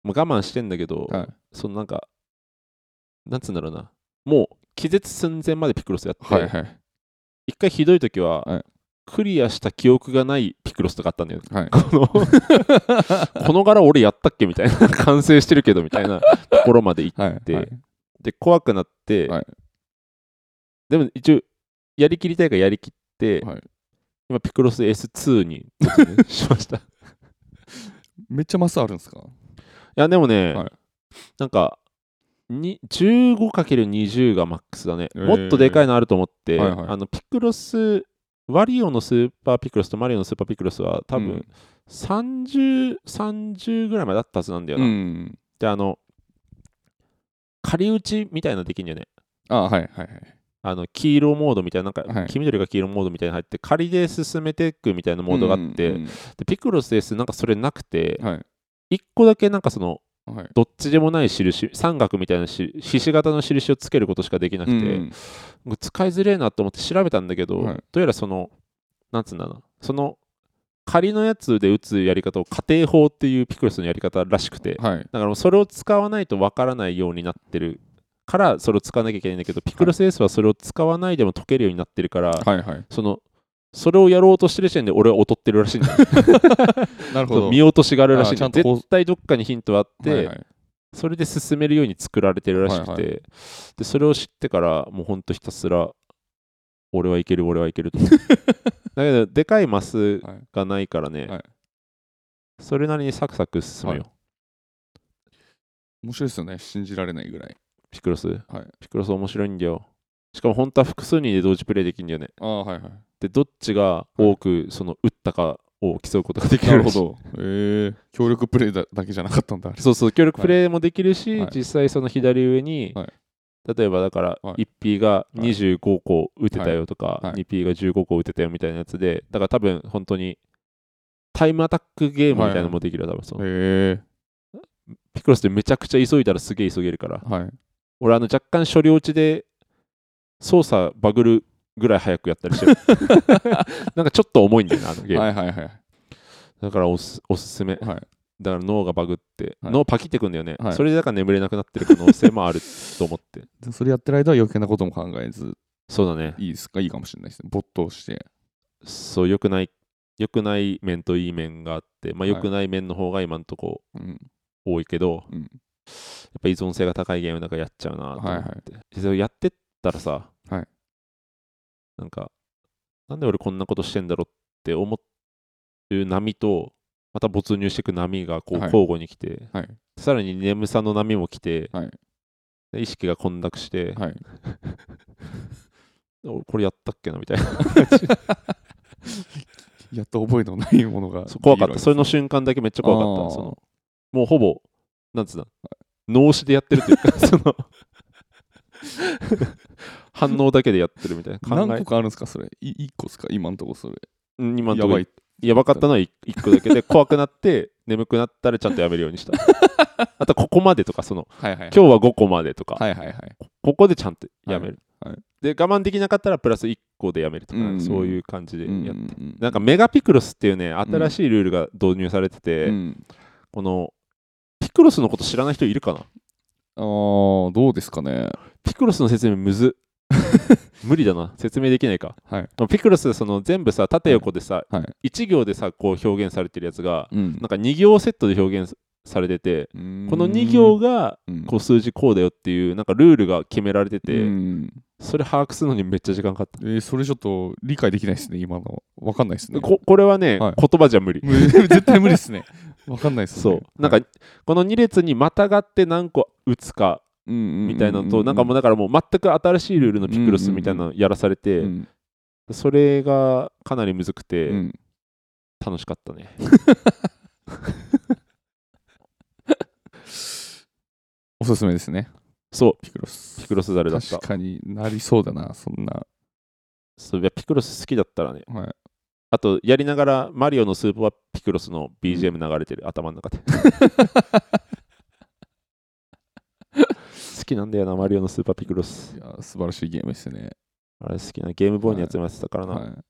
Speaker 1: もう我慢してんだけど、
Speaker 2: はい。
Speaker 1: そのなんかなんつうんだろうなもう気絶寸前までピクロスやって、
Speaker 2: はいはい。
Speaker 1: 一回ひどい時は、
Speaker 2: はい
Speaker 1: クリアした記憶がないピクロスとかあったんだよ
Speaker 2: はい。
Speaker 1: このこの柄俺やったっけみたいな完成してるけどみた いなところまで行っ
Speaker 2: はい。
Speaker 1: で
Speaker 2: はい
Speaker 1: て怖くなって、
Speaker 2: はい
Speaker 1: でも一応やりきりたいからやりきって、
Speaker 2: はい
Speaker 1: 今ピクロス S2 に突入しましたい
Speaker 2: めっちゃマスあるんですか
Speaker 1: やでもね、
Speaker 2: はい
Speaker 1: なんかに 15×20 がマックスだね、
Speaker 2: えー
Speaker 1: もっとでかいのあると思って、
Speaker 2: はいはい
Speaker 1: あのピクロスワリオのスーパーピクロスとマリオのスーパーピクロスは多
Speaker 2: う
Speaker 1: 分
Speaker 2: ん
Speaker 1: 3030、30ぐらいまでだったはずなんだよ
Speaker 2: う
Speaker 1: な、
Speaker 2: ん。
Speaker 1: であの仮打ちみたいなのできんよね
Speaker 2: あはいはいはい。
Speaker 1: あの黄色モードみたいな、なんか、
Speaker 2: はい
Speaker 1: 黄緑が黄色モードみたいに入って、仮で進めていくみたいなモードがあって、
Speaker 2: うんうん
Speaker 1: でピクロスです、なんかそれなくて、
Speaker 2: うんはい。
Speaker 1: 1個だけなんかその、
Speaker 2: はい。
Speaker 1: どっちでもない印、三角みたいなしひし形の印をつけることしかできなくて、
Speaker 2: うん
Speaker 1: もう使いづれえなと思って調べたんだけど、
Speaker 2: はい
Speaker 1: どうやらその、なんつうんだろうな、その、仮のやつで打つやり方を家庭法っていうピクロスのやり方らしくて、
Speaker 2: はい。
Speaker 1: だからもうそれを使わないとわからないようになってるからそれを使わなきゃいけないんだけどピクロス S はそれを使わないでも解けるようになってるから、
Speaker 2: はいはい。
Speaker 1: そのそれをやろうとしてる時点で俺は劣ってるらしいん だ
Speaker 2: なるほど。
Speaker 1: 見落としがあるらしいんだ
Speaker 2: あーちゃんとこう
Speaker 1: 絶対どっかにヒントはあって、
Speaker 2: はいはい
Speaker 1: それで進めるように作られてるらしくて、
Speaker 2: はいは
Speaker 1: でそれを知ってからもうほんとひたすら俺はいける俺はいけるとだけどでかいマス
Speaker 2: はい
Speaker 1: がないからね、
Speaker 2: はい
Speaker 1: それなりにサクサク進むよ、
Speaker 2: は 面白いですよね。信じられないぐらい。
Speaker 1: ピクロス
Speaker 2: はい。
Speaker 1: ピクロス面白いんだよ。しかも本当は複数人で同時プレイできるんだよね。
Speaker 2: ああ、はいはい。
Speaker 1: で、どっちが多くその打ったかを競うことができ
Speaker 2: な
Speaker 1: るら
Speaker 2: るほ
Speaker 1: しい。
Speaker 2: ど。ええ。協力プレイだだけじゃなかったんだ。あれ
Speaker 1: そうそう、協力プレイもできるし、
Speaker 2: はい
Speaker 1: 実際その左上に、
Speaker 2: はい
Speaker 1: 例えばだから
Speaker 2: はい
Speaker 1: 1P が25個打てたよとか、
Speaker 2: いはい
Speaker 1: 2P が15個打てたよみたいなやつで、だから多分本当にタイムアタックゲームみたいなのもできるよ、多分その
Speaker 2: え
Speaker 1: ピクロスでめちゃくちゃ急いだらすげえ急げるから
Speaker 2: え。。はい。
Speaker 1: 俺あの若干処理落ちで操作バグるぐらい早くやったりして るなんかちょっと重いんだよなあのゲーム、
Speaker 2: はいはいはい。
Speaker 1: だからおすおすすめ
Speaker 2: はい。
Speaker 1: だから脳がバグって、
Speaker 2: はい
Speaker 1: 脳パキってくんだよね、
Speaker 2: はい
Speaker 1: それでだから眠れなくなってる可能性もあると思って
Speaker 2: でそれやってる間は余計なことも考えず、
Speaker 1: そうだね
Speaker 2: いいですかいいかもしれないですね。没頭して。
Speaker 1: そう良くない良くない面といい面があってまあ
Speaker 2: はい
Speaker 1: 良くない面の方が今のとこ
Speaker 2: うん。
Speaker 1: 多いけど、
Speaker 2: うん
Speaker 1: やっぱ依存性が高いゲームだからやっちゃうなと思って、
Speaker 2: はいはい
Speaker 1: でそれやってったらさ、
Speaker 2: はい
Speaker 1: なんかなんで俺こんなことしてんだろうって思う波と、また没入していく波がこう
Speaker 2: はい
Speaker 1: 交互に来て、
Speaker 2: はい
Speaker 1: さらに眠さの波も来て、
Speaker 2: はい
Speaker 1: で意識が混濁して、
Speaker 2: はい
Speaker 1: おこれやったっけなみたいな。
Speaker 2: やっと覚えのないもの が
Speaker 1: そう怖かった。それの
Speaker 2: し
Speaker 1: 瞬間だけめっちゃ怖かった。その
Speaker 2: の
Speaker 1: もうほぼ、なんつうの、脳死でやってるとい うか、その、反応だけでやってるみたいな。考
Speaker 2: 何
Speaker 1: え
Speaker 2: 個、かあるんですかそれい1個ですか今んとこそれ
Speaker 1: うん今のと
Speaker 2: や
Speaker 1: こ
Speaker 2: ば
Speaker 1: ろ
Speaker 2: い
Speaker 1: やばかったのは1個だけ で、怖くなって、眠くなったらちゃんとやめるようにした。あと、ここまでとか、その、
Speaker 2: はいはい
Speaker 1: 今日は5個までとか、
Speaker 2: はいはいはい
Speaker 1: ここでちゃんとやめる。
Speaker 2: はいはい
Speaker 1: で、我慢できなかったら、プラス1個でやめるとか、
Speaker 2: うん
Speaker 1: そういう感じでやって。
Speaker 2: うん
Speaker 1: なんかメガピクロスっていうね新しいルールが導入されてて、
Speaker 2: うん
Speaker 1: このピクロスのこと知らない人いるかな
Speaker 2: あーどうですかね
Speaker 1: ピクロスの説明む ず無理だな説明できないか
Speaker 2: はい
Speaker 1: ピクロスその全部さ縦横でさ、
Speaker 2: はい
Speaker 1: 1行でさこう表現されてるやつが
Speaker 2: うん
Speaker 1: なんか2行セットで表現されてて
Speaker 2: うーん
Speaker 1: この2行が
Speaker 2: うん
Speaker 1: こう数字こうだよっていうなんかルールが決められてて、
Speaker 2: うん
Speaker 1: それ把握するのにめっちゃ時間かかった
Speaker 2: えーそれちょっと理解できないですね今のわかんないですね
Speaker 1: ここれはね、
Speaker 2: はい
Speaker 1: 言葉じゃ無理
Speaker 2: 無理 絶対無理ですねわかんないですね
Speaker 1: そうなんか、
Speaker 2: はい
Speaker 1: この2列にまたがって何個打つか
Speaker 2: うんうんうんうん
Speaker 1: みたいなのと、なんかもうだからもう全く新しいルールのピクロスみたいなのやらされて、
Speaker 2: うん
Speaker 1: それがかなりむずくて、
Speaker 2: うん
Speaker 1: 楽しかったね。
Speaker 2: おすすめですね
Speaker 1: そう、
Speaker 2: ピクロス
Speaker 1: ピクロスザルだった
Speaker 2: 確。かになりそうだなそんな
Speaker 1: そういやピクロス好きだったらね、
Speaker 2: はい
Speaker 1: あとやりながらマリオのスープはピクロスの BGM 流れてる、頭の中 で。好きなんだよな、マリオのスーパーピクロス
Speaker 2: い。や素晴らしいゲームですね
Speaker 1: あれ好きな、ゲームボーイに集めてたからな、
Speaker 2: は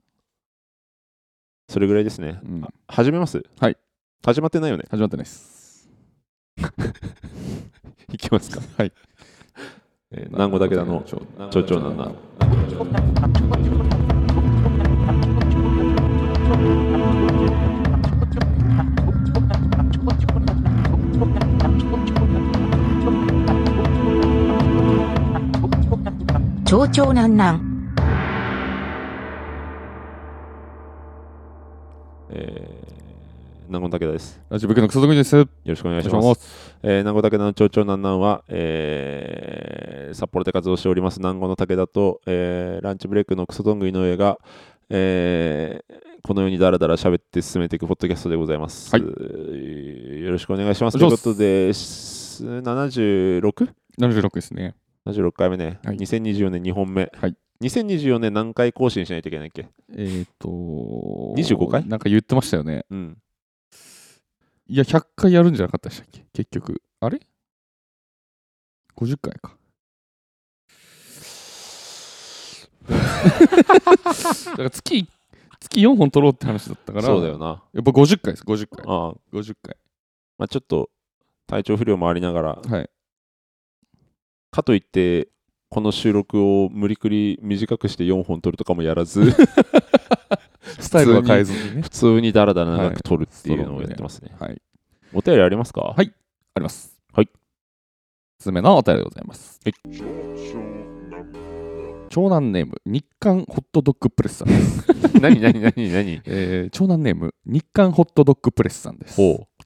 Speaker 1: それぐらいですね。
Speaker 2: い、うん
Speaker 1: あ始めます
Speaker 2: はい。
Speaker 1: 始まってないよね。
Speaker 2: 始まってな いです
Speaker 1: いきますか。
Speaker 2: はい
Speaker 1: えー南郷だけだの、
Speaker 2: ちょ
Speaker 1: ちょちょなんな。
Speaker 3: 蝶々なんなん。
Speaker 1: えー、南郷武田です。
Speaker 2: ラジオブックのクソドクですお願
Speaker 1: よろしくお願い
Speaker 2: い
Speaker 1: し
Speaker 2: し
Speaker 1: ます。
Speaker 2: ます
Speaker 1: えー、南郷武田の町長南南は、えー札幌で活動しております南郷の武田と、えーランチブレイクのクソトング井上が、えーこのようにダラダラ喋って進めていくポッドキャストでございます。
Speaker 2: はい
Speaker 1: よろしくお願いします。
Speaker 2: お
Speaker 1: とい
Speaker 2: 願
Speaker 1: う
Speaker 2: い
Speaker 1: こ
Speaker 2: します
Speaker 1: とで、す 76?76
Speaker 2: 76ですね
Speaker 1: 回目ね、
Speaker 2: はい
Speaker 1: 2024年2本目。
Speaker 2: はい
Speaker 1: 2024年何回更新しないといけないっけ
Speaker 2: えっ、と
Speaker 1: 25回
Speaker 2: なんか言ってましたよね
Speaker 1: うん。
Speaker 2: いや100回やるんじゃなかったでしたっけ結局あれ ?50 回 かだから月月4本取ろうって話だったから
Speaker 1: そうだよな。
Speaker 2: やっぱ50回です50回
Speaker 1: あー
Speaker 2: 50回
Speaker 1: まあ、ちょっと体調不良もありながら、
Speaker 2: はい
Speaker 1: かといってこの収録を無理くり短くして4本撮るとかもやらず
Speaker 2: スタイルは変えずにね
Speaker 1: 普通にダラダラ長く撮るっていうのをやってますね、
Speaker 2: はい
Speaker 1: お便りありますかはい
Speaker 2: あります
Speaker 1: はい
Speaker 2: つ目のお便りでございます
Speaker 1: はい
Speaker 2: 長男ネーム日刊ホットドッグプレスさんです
Speaker 1: 何何何何
Speaker 2: えー長男ネーム日刊ホットドッグプレスさんです
Speaker 1: ほう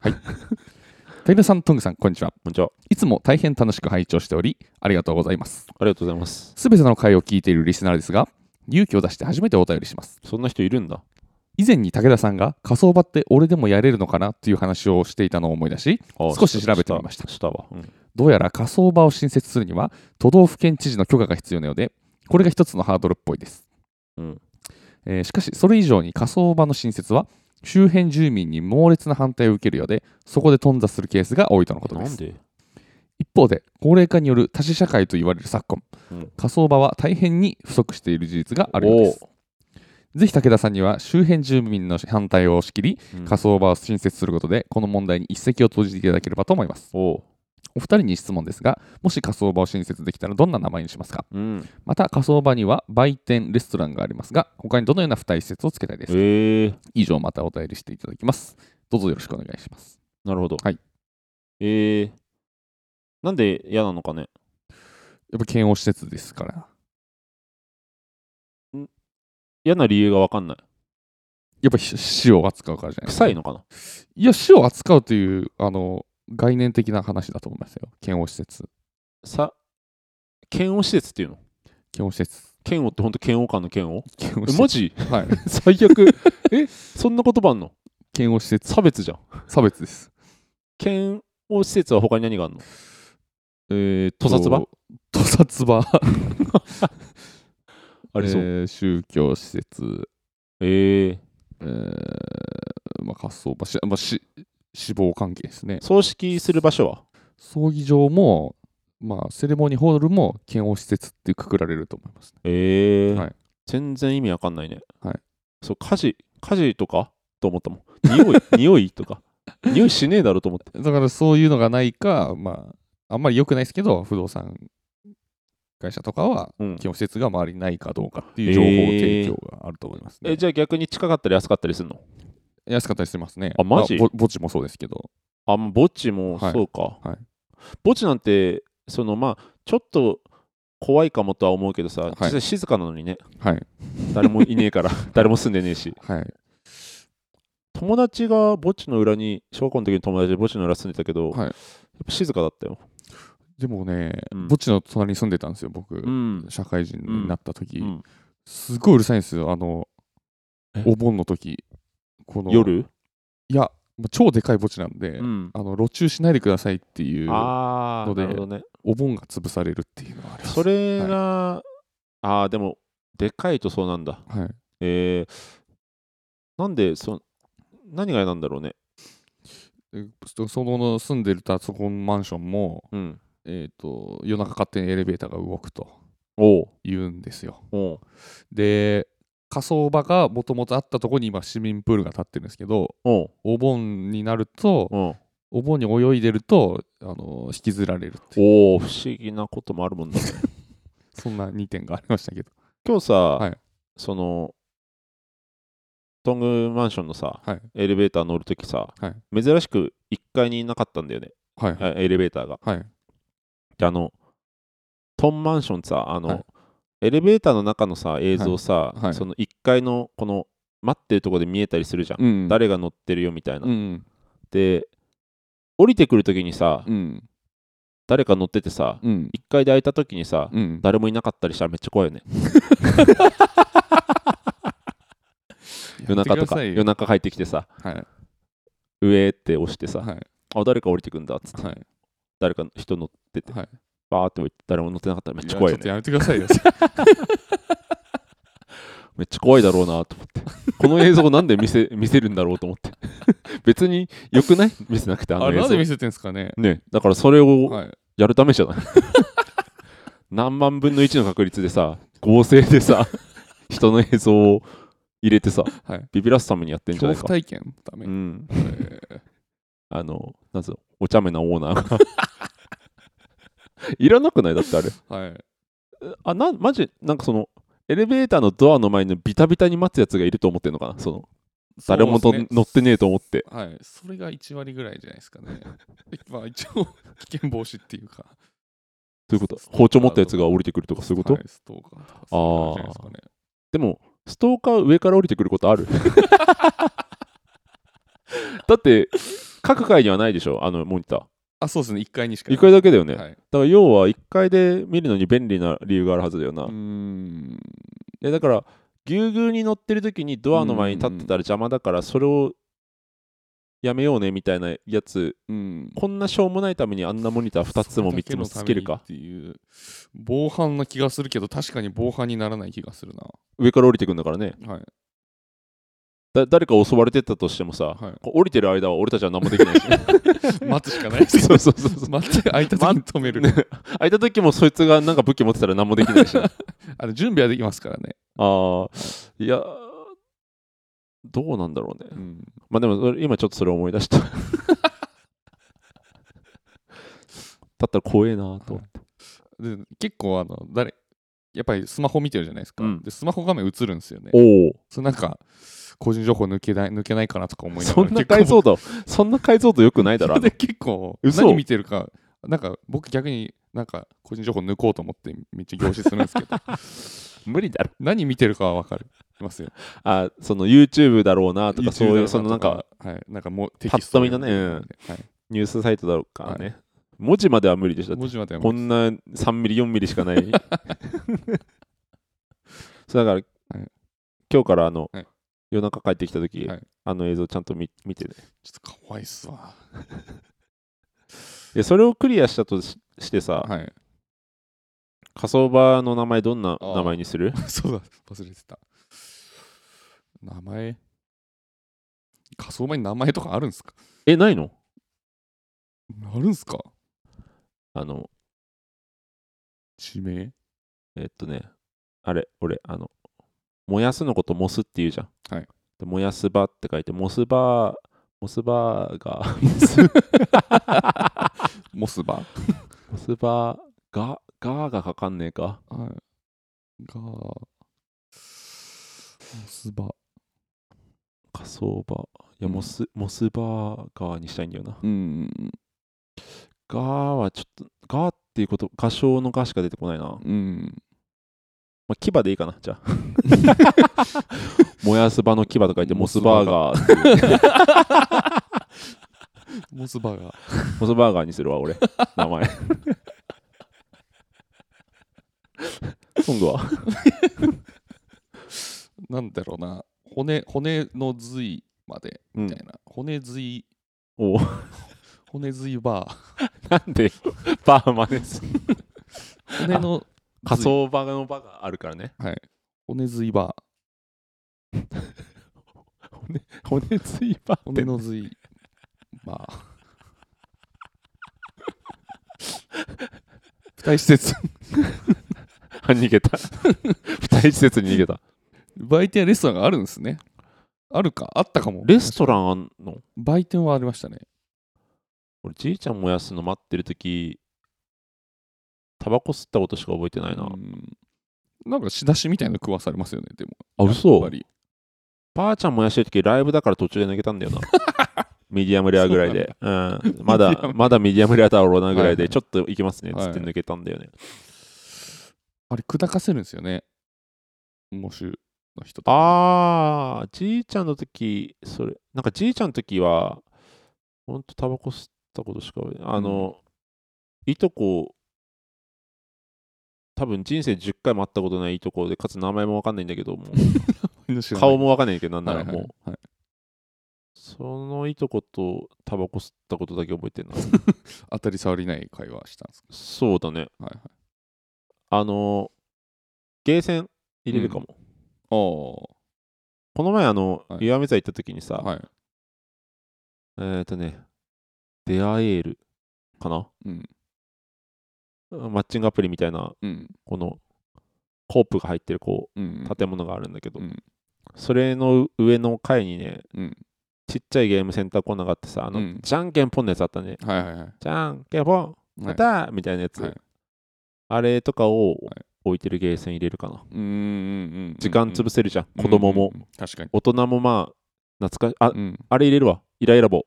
Speaker 2: タイルさんトングさんこんにちは
Speaker 1: こんにちはい
Speaker 2: つも大変楽しく拝聴しておりありがとうございます
Speaker 1: ありがとうございます
Speaker 2: すべての回を聞いているリスナーですが勇気を出して初めてお便りします
Speaker 1: そんな人いるんだ
Speaker 2: 以前に武田さんが仮想場って俺でもやれるのかなという話をしていたのを思い出し
Speaker 1: あ
Speaker 2: 少し調べてみました
Speaker 1: したわ、うん
Speaker 2: どうやら仮想場を新設するには都道府県知事の許可が必要なようでこれが一つのハードルっぽいです、
Speaker 1: うん
Speaker 2: えーしかしそれ以上に仮想場の新設は周辺住民に猛烈な反対を受けるようでそこで頓挫するケースが多いとのことで
Speaker 1: なん
Speaker 2: す
Speaker 1: で
Speaker 2: 一方で高齢化による多死社会と言われる昨今、
Speaker 1: うん
Speaker 2: 仮想場は大変に不足している事実があるようですぜひ武田さんには周辺住民の反対を押し切り
Speaker 1: うん
Speaker 2: 仮想場を新設することでこの問題に一石を投じていただければと思います
Speaker 1: おう
Speaker 2: お二人に質問ですがもし仮想場を新設できたらどんな名前にしますか
Speaker 1: うん
Speaker 2: また仮想場には売店レストランがありますが他にどのような付帯施設をつけたいで
Speaker 1: え
Speaker 2: すか
Speaker 1: ー、
Speaker 2: 以上またお便りしていただきますどうぞよろしくお願いします
Speaker 1: なるほど
Speaker 2: はい
Speaker 1: えー、なんで嫌なのかね
Speaker 2: やっぱ兼用施設ですから
Speaker 1: 嫌な理由が分かんない
Speaker 2: やっぱひ死を扱うからじゃない
Speaker 1: 臭いのかない
Speaker 2: や、死を扱うという、あの、概念的な話だと思いますよ。嫌悪施設。
Speaker 1: さ嫌悪施設っていうの
Speaker 2: 嫌悪施設。
Speaker 1: 嫌悪ってほんと嫌悪感の嫌悪
Speaker 2: 嫌悪
Speaker 1: え
Speaker 2: 施設。
Speaker 1: マジ
Speaker 2: はい。
Speaker 1: 最悪えそんな言葉あんの
Speaker 2: 嫌悪施設。
Speaker 1: 差別じゃん
Speaker 2: 差別です。
Speaker 1: 嫌悪施設は他に何があるの
Speaker 2: えー、
Speaker 1: と屠殺場
Speaker 2: 屠殺場。
Speaker 1: ありそう
Speaker 2: えー宗教施設。
Speaker 1: ええ
Speaker 2: えー、まあ、滑走場。しまあ、し死亡関係ですね。
Speaker 1: 葬式する場所は
Speaker 2: 葬儀場も、まあ、セレモニーホールも嫌悪施設ってくくられると思いますね。
Speaker 1: ええ
Speaker 2: はい
Speaker 1: 全然意味わかんないね。
Speaker 2: はい
Speaker 1: そう、火事、火事とかと思ったもん。匂い、 匂いとか。匂いしねえだろと思って。
Speaker 2: だからそういうのがないか、まあ、あんまり良くないですけど、不動産会社とかは、
Speaker 1: うん
Speaker 2: 基。本施設が周りにないかどうかっていう情報提供があると思いますね。
Speaker 1: え、じゃあ逆に近かったり安かったりするの
Speaker 2: 安かったりしてますね。
Speaker 1: あマジ
Speaker 2: まあぼ墓地もそうですけど。
Speaker 1: あ、もう墓地も
Speaker 2: はい
Speaker 1: そうか。
Speaker 2: はい
Speaker 1: 墓地なんて、そのまあ、ちょっと怖いかもとは思うけどさ、
Speaker 2: い
Speaker 1: 実際静かなのにね、
Speaker 2: はい。
Speaker 1: 誰もいねえから、 誰も住んでねえし。
Speaker 2: はい。
Speaker 1: 友達が墓地の裏に、小学校の時に友達で墓地の裏住んでたけど、
Speaker 2: はい
Speaker 1: やっぱ静かだったよ。
Speaker 2: でもね、
Speaker 1: うん
Speaker 2: 墓地の隣に住んでたんですよ、僕。
Speaker 1: うん。
Speaker 2: 社会人になった時、
Speaker 1: うん
Speaker 2: すごいうるさいんですよ、あの
Speaker 1: え、
Speaker 2: お盆の時この
Speaker 1: 夜
Speaker 2: いや、まあ超でかい墓地なんで、
Speaker 1: うん。
Speaker 2: あの路中しないでくださいっていう、
Speaker 1: ああ、
Speaker 2: ので
Speaker 1: なるほどね。
Speaker 2: お盆が潰されるっていうのがあります。
Speaker 1: それが、ああ、でも、でかいとそうなんだ。
Speaker 2: はい、
Speaker 1: えー、なんで、そ何が嫌なんだろうね。
Speaker 2: でそその住んでるたそこのマンションも、
Speaker 1: うん。
Speaker 2: えー、と夜中勝手にエレベーターが動くと
Speaker 1: おう、
Speaker 2: 言うんですよ。
Speaker 1: おう、
Speaker 2: で火葬場がもともとあったところに今市民プールが建ってるんですけど
Speaker 1: おう、
Speaker 2: お盆になると
Speaker 1: おう。
Speaker 2: お盆に泳いでるとあの引きずられるってい
Speaker 1: お
Speaker 2: う
Speaker 1: お、不思議なこともあるもんだね。
Speaker 2: そんな2点がありましたけど
Speaker 1: 今日さ、
Speaker 2: はい
Speaker 1: その、トングマンションのさ、
Speaker 2: はい
Speaker 1: エレベーター乗るときさ、
Speaker 2: はい
Speaker 1: 珍しく1階にいなかったんだよね、
Speaker 2: はいはい
Speaker 1: あエレベーターが。
Speaker 2: はい
Speaker 1: であの、トンマンションさ、あの、
Speaker 2: はい
Speaker 1: エレベーターの中のさ、映像さ、
Speaker 2: はいはい
Speaker 1: その1階のこの、待ってるとこで見えたりするじゃん。
Speaker 2: うん
Speaker 1: 誰が乗ってるよみたいな。
Speaker 2: うん
Speaker 1: で、降りてくるときにさ、
Speaker 2: うん
Speaker 1: 誰か乗っててさ、
Speaker 2: うん
Speaker 1: 1階で開いたときにさ、
Speaker 2: うん
Speaker 1: 誰もいなかったりしたらめっちゃ怖いよね。夜中とか、
Speaker 2: やって
Speaker 1: 夜
Speaker 2: くだ
Speaker 1: 中入ってきてさ、
Speaker 2: さいよ
Speaker 1: 上って押してさ、
Speaker 2: はいはい
Speaker 1: あ、誰か降りてくんだっつって、
Speaker 2: はい
Speaker 1: 誰か人乗ってて、
Speaker 2: はい
Speaker 1: バーって降りて、誰も乗ってなかったらめっちゃ
Speaker 2: い
Speaker 1: 怖い
Speaker 2: やちょ
Speaker 1: よ
Speaker 2: っと
Speaker 1: ね。
Speaker 2: やめてくださいよ
Speaker 1: めっちゃ怖いだろうなと思 って。この映像なんで見せ 見せるんだろうと思って。 別に良くない見せなく て、あ
Speaker 2: あ
Speaker 1: の
Speaker 2: れな
Speaker 1: 映
Speaker 2: んで
Speaker 1: 像
Speaker 2: 見。せてんですかね
Speaker 1: ね、だからそれを
Speaker 2: はい
Speaker 1: やるためじゃない。 何万分の1の確率でさ、合成で さ、人の映像を入れてさ、
Speaker 2: はい
Speaker 1: ビビらすためにやってんじゃ
Speaker 2: 恐
Speaker 1: ない
Speaker 2: 怖
Speaker 1: か。
Speaker 2: 体験のため
Speaker 1: う
Speaker 2: に
Speaker 1: ん。
Speaker 2: えー
Speaker 1: あの、なんつうの、お茶目なオーナーが。 いらなくないだってあれ。
Speaker 2: はい
Speaker 1: あ、なん、マジ、なんかその、エレベーターのドアの前のビタビタに待つやつがいると思ってんのかなその、誰も
Speaker 2: そ
Speaker 1: と、
Speaker 2: うですね
Speaker 1: 乗ってねえと思って。
Speaker 2: はい、それが1割ぐらいじゃないですかね。 まあ一応、危険防止っていうか。
Speaker 1: ということは包丁持ったやつが降りてくるとかそういうこと、
Speaker 2: はいストーカーとかそういう感じじゃないですかね。
Speaker 1: でも、ストーカー上から降りてくることある だって、各階にはないでしょあのモニタ
Speaker 2: あそうですね、1階にしか
Speaker 1: ー。1階
Speaker 2: だ
Speaker 1: だけだよね。だか
Speaker 2: はい、
Speaker 1: ら要は1階で見るのに便利な理由があるはずだよな。
Speaker 2: うーん。
Speaker 1: でだからぎゅうぎゅうに乗ってる時にドアの前に立ってたら邪魔だからそれをやめようねみたいなやつ
Speaker 2: うん、
Speaker 1: こんなしょうもないためにあんなモニター2つも3つもつけるか
Speaker 2: それだけのためにっていう、防犯な気がするけど、確かに防犯にならない気がする
Speaker 1: 上から降りてくんだからね
Speaker 2: な。はい。
Speaker 1: だ誰か襲われてったとしてもさ
Speaker 2: はい、
Speaker 1: こう降りてる間は俺たちは何もできないし、ね、
Speaker 2: 待つしかないです。
Speaker 1: そうそうそうそう
Speaker 2: 待って、空いた時に止める。
Speaker 1: 空いた時もそいつがなんか武器持ってたら何もできない し、あ
Speaker 2: あの準備はできますからね。
Speaker 1: あいやどうなんだろうね
Speaker 2: うん、
Speaker 1: まあでもそれ今ちょっとそれ思い出した だったら怖えなと思って
Speaker 2: で結構あの、誰、やっぱりスマホ見てるじゃないですか。
Speaker 1: うん
Speaker 2: でスマホ画面映るんですよね。
Speaker 1: おお
Speaker 2: そうなんか個人情報抜けない抜けないかなとか思いなが
Speaker 1: そ
Speaker 2: ら
Speaker 1: んな解像度、そんな解像度よくないだろ。あの
Speaker 2: 結構で結構
Speaker 1: 嘘
Speaker 2: 何見てるかなんか僕逆になんか個人情報抜こうと思ってめっちゃ凝視するんですけど
Speaker 1: 無理だろ。
Speaker 2: 何見てるかは分かりますよ。
Speaker 1: あ、その YouTube だろうなとか、
Speaker 2: YouTube
Speaker 1: そう
Speaker 2: だ
Speaker 1: い
Speaker 2: ろ
Speaker 1: う、そのなんか、、
Speaker 2: はい、なんかもうテ
Speaker 1: パ
Speaker 2: キ
Speaker 1: ッ
Speaker 2: スト
Speaker 1: と見のねうん
Speaker 2: はい
Speaker 1: ニュースサイトだろうかね。文字までは無理でした。
Speaker 2: 文字までは
Speaker 1: こんな3ミリ、4ミリしか ない。そうだから、
Speaker 2: はい
Speaker 1: 今日からあの、
Speaker 2: はい
Speaker 1: 夜中帰ってきた時、
Speaker 2: はい
Speaker 1: あの映像ちゃんと見見てね。
Speaker 2: ちょっとかわいっすわ。
Speaker 1: で、それをクリアしたとししてさ、
Speaker 2: はい。
Speaker 1: 火葬場の名前どんな
Speaker 2: ああ
Speaker 1: 名前にする
Speaker 2: そうだ、忘れてた。名前仮想場に名前とかあるんすか
Speaker 1: え、ないの
Speaker 2: あるんすか
Speaker 1: あの、
Speaker 2: 地名
Speaker 1: えっとね、あれ、俺、あの、燃やすのことモスって言うじゃん。
Speaker 2: はい
Speaker 1: で燃やす場って書いて、モスバー、モスバーガー、モス
Speaker 2: モスバ
Speaker 1: モスバーガ、ガーがかかんねえか。
Speaker 2: はい。が、モスバ。
Speaker 1: 火葬場。いや、
Speaker 2: うん
Speaker 1: モス、モスバーガーにしたいんだよな。
Speaker 2: うん。
Speaker 1: ガーはちょっと、ガーっていうこと、画唱のガしか出てこないな。ま
Speaker 2: うん。
Speaker 1: あ、牙でいいかな、じゃあ。 燃やす場の牙と書いて、モスバーガー。
Speaker 2: モスバが。
Speaker 1: モスバーガーにするわ、俺。名前。 今度は
Speaker 2: なんだろうな。骨、骨の髄まで、
Speaker 1: うん
Speaker 2: みたいな。骨髄、
Speaker 1: おう
Speaker 2: 骨髄バ
Speaker 1: なんで、バーマネする
Speaker 2: ー。骨の、
Speaker 1: 仮想場の場があるからね。
Speaker 2: はい。骨髄バー。
Speaker 1: 骨、骨ついバーっ
Speaker 2: 骨
Speaker 1: て。
Speaker 2: の髄バー。付帯施設。
Speaker 1: あ 逃げた。二人施設に逃げた。
Speaker 2: 売店やレストランがあるんですね。あるかあったかも。
Speaker 1: レストランあんの
Speaker 2: 売店はありましたね。
Speaker 1: 俺じいちゃん燃やすの待ってる時タバコ吸ったことしか覚えてないな、
Speaker 2: うんなんか仕出しみたいなの食わされますよね、でも。
Speaker 1: あ
Speaker 2: やっ
Speaker 1: 嘘
Speaker 2: ぱり
Speaker 1: ばあちゃん燃やしてる時ライブだから途中で抜けたんだよ なミディアムレアぐらいでう、ん、ま
Speaker 2: ミディア
Speaker 1: だ
Speaker 2: ム
Speaker 1: まだ ミディアムレアだろうなぐらい
Speaker 2: はいは
Speaker 1: で
Speaker 2: い
Speaker 1: ちょっと行きますねっつって
Speaker 2: はい
Speaker 1: 抜けたんだよね、
Speaker 2: あれ、砕かせるんですよね。喪主の人とか
Speaker 1: ああーじいちゃんの時それなんかじいちゃんの時はほんとタバコ吸ったことしか覚えてないあの、いとこ多分人生10回も会ったことないいとこでかつ名前もわかんないんだけど も顔もわかんないけど、なんならもう、
Speaker 2: はいはいはい
Speaker 1: そのいとことタバコ吸ったことだけ覚えてるな。
Speaker 2: 当たり障りない会話したんですか。
Speaker 1: そうだね。
Speaker 2: はいはい、
Speaker 1: あの、ゲーセン入れるかも。
Speaker 2: あ
Speaker 1: この前、あの、
Speaker 2: はい
Speaker 1: 岩目座行った時にさ、
Speaker 2: あ、はい。
Speaker 1: えっ、ー、とね、出会えるかな
Speaker 2: うん。
Speaker 1: マッチングアプリみたいな、
Speaker 2: うん。
Speaker 1: この、コープが入ってる、こ
Speaker 2: うん。
Speaker 1: う、建物があるんだけど、
Speaker 2: うん
Speaker 1: それの上の階にね、
Speaker 2: うん。
Speaker 1: ちっちゃいゲームセンターコーナーがあってさ、あの、
Speaker 2: うん
Speaker 1: じゃんけんぽんのやつあったね。
Speaker 2: はいはいはい。
Speaker 1: じゃんけんぽん、また、みたいなやつ。
Speaker 2: はい
Speaker 1: あれとかを
Speaker 2: い
Speaker 1: 置いてるゲーセン入れるかな。
Speaker 2: うんうんうんうん。
Speaker 1: 時間潰せるじゃん。子供も
Speaker 2: う、んうんうん。確かに。
Speaker 1: 大人もまあ、懐かしあ、
Speaker 2: うん。
Speaker 1: あれ入れるわ。イライラ棒。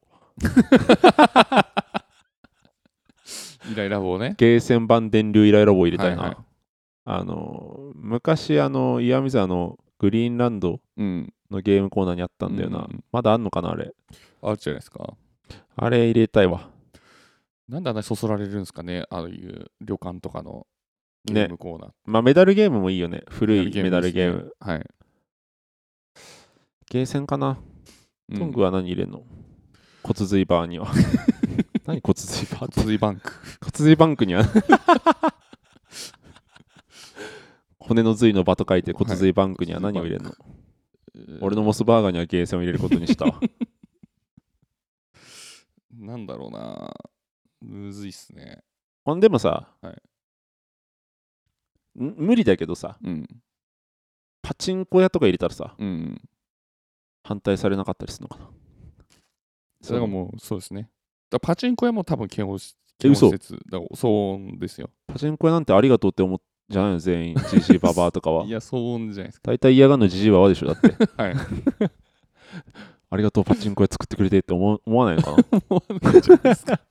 Speaker 2: イライラ棒ね。
Speaker 1: ゲーセン版電流イライラ棒入れたいな。
Speaker 2: はいはい
Speaker 1: あの、昔、あの、岩見沢のグリーンランド
Speaker 2: うん。
Speaker 1: のゲームコーナーにあったんだよな。
Speaker 2: うんうん
Speaker 1: まだあんのかな、あれ。
Speaker 2: あるじゃないですか。
Speaker 1: あれ入れたいわ。
Speaker 2: なんであんなにそそられるんですかね、ああいう旅館とかの
Speaker 1: ね
Speaker 2: ゲームコーナー。
Speaker 1: まあ、メダルゲームもいいよね。古いメダルゲーム。
Speaker 2: ですね。はい。
Speaker 1: ゲーセンかな。
Speaker 2: うん
Speaker 1: トングは何入れんの、骨髄バー には。何骨髄バーって
Speaker 2: 骨髄バンク。
Speaker 1: 骨髄バンクに は骨の髄の場と書いて骨髄バンクには何を入れるの、 俺のモスバーガーにはゲーセンを入れることにしたわ
Speaker 2: なんだろうな。むずいっすね。
Speaker 1: ほんでもさ、
Speaker 2: は
Speaker 1: ん無理だけどさ
Speaker 2: うん。
Speaker 1: パチンコ屋とか入れたらさ
Speaker 2: うん。
Speaker 1: 反対されなかったりするのかな
Speaker 2: それが
Speaker 1: う
Speaker 2: もう、そうですね。だからパチンコ屋も多分検温施
Speaker 1: え嘘
Speaker 2: 設。だから騒音ですよ。
Speaker 1: パチンコ屋なんてありがとうって思っじゃないの全員 ジジイババアとかは
Speaker 2: いや、騒音じゃないです
Speaker 1: 大体嫌がるのジジイババアでしょだって
Speaker 2: か。はい。
Speaker 1: ありがとうパチンコ屋作ってくれてって思う思わない のかな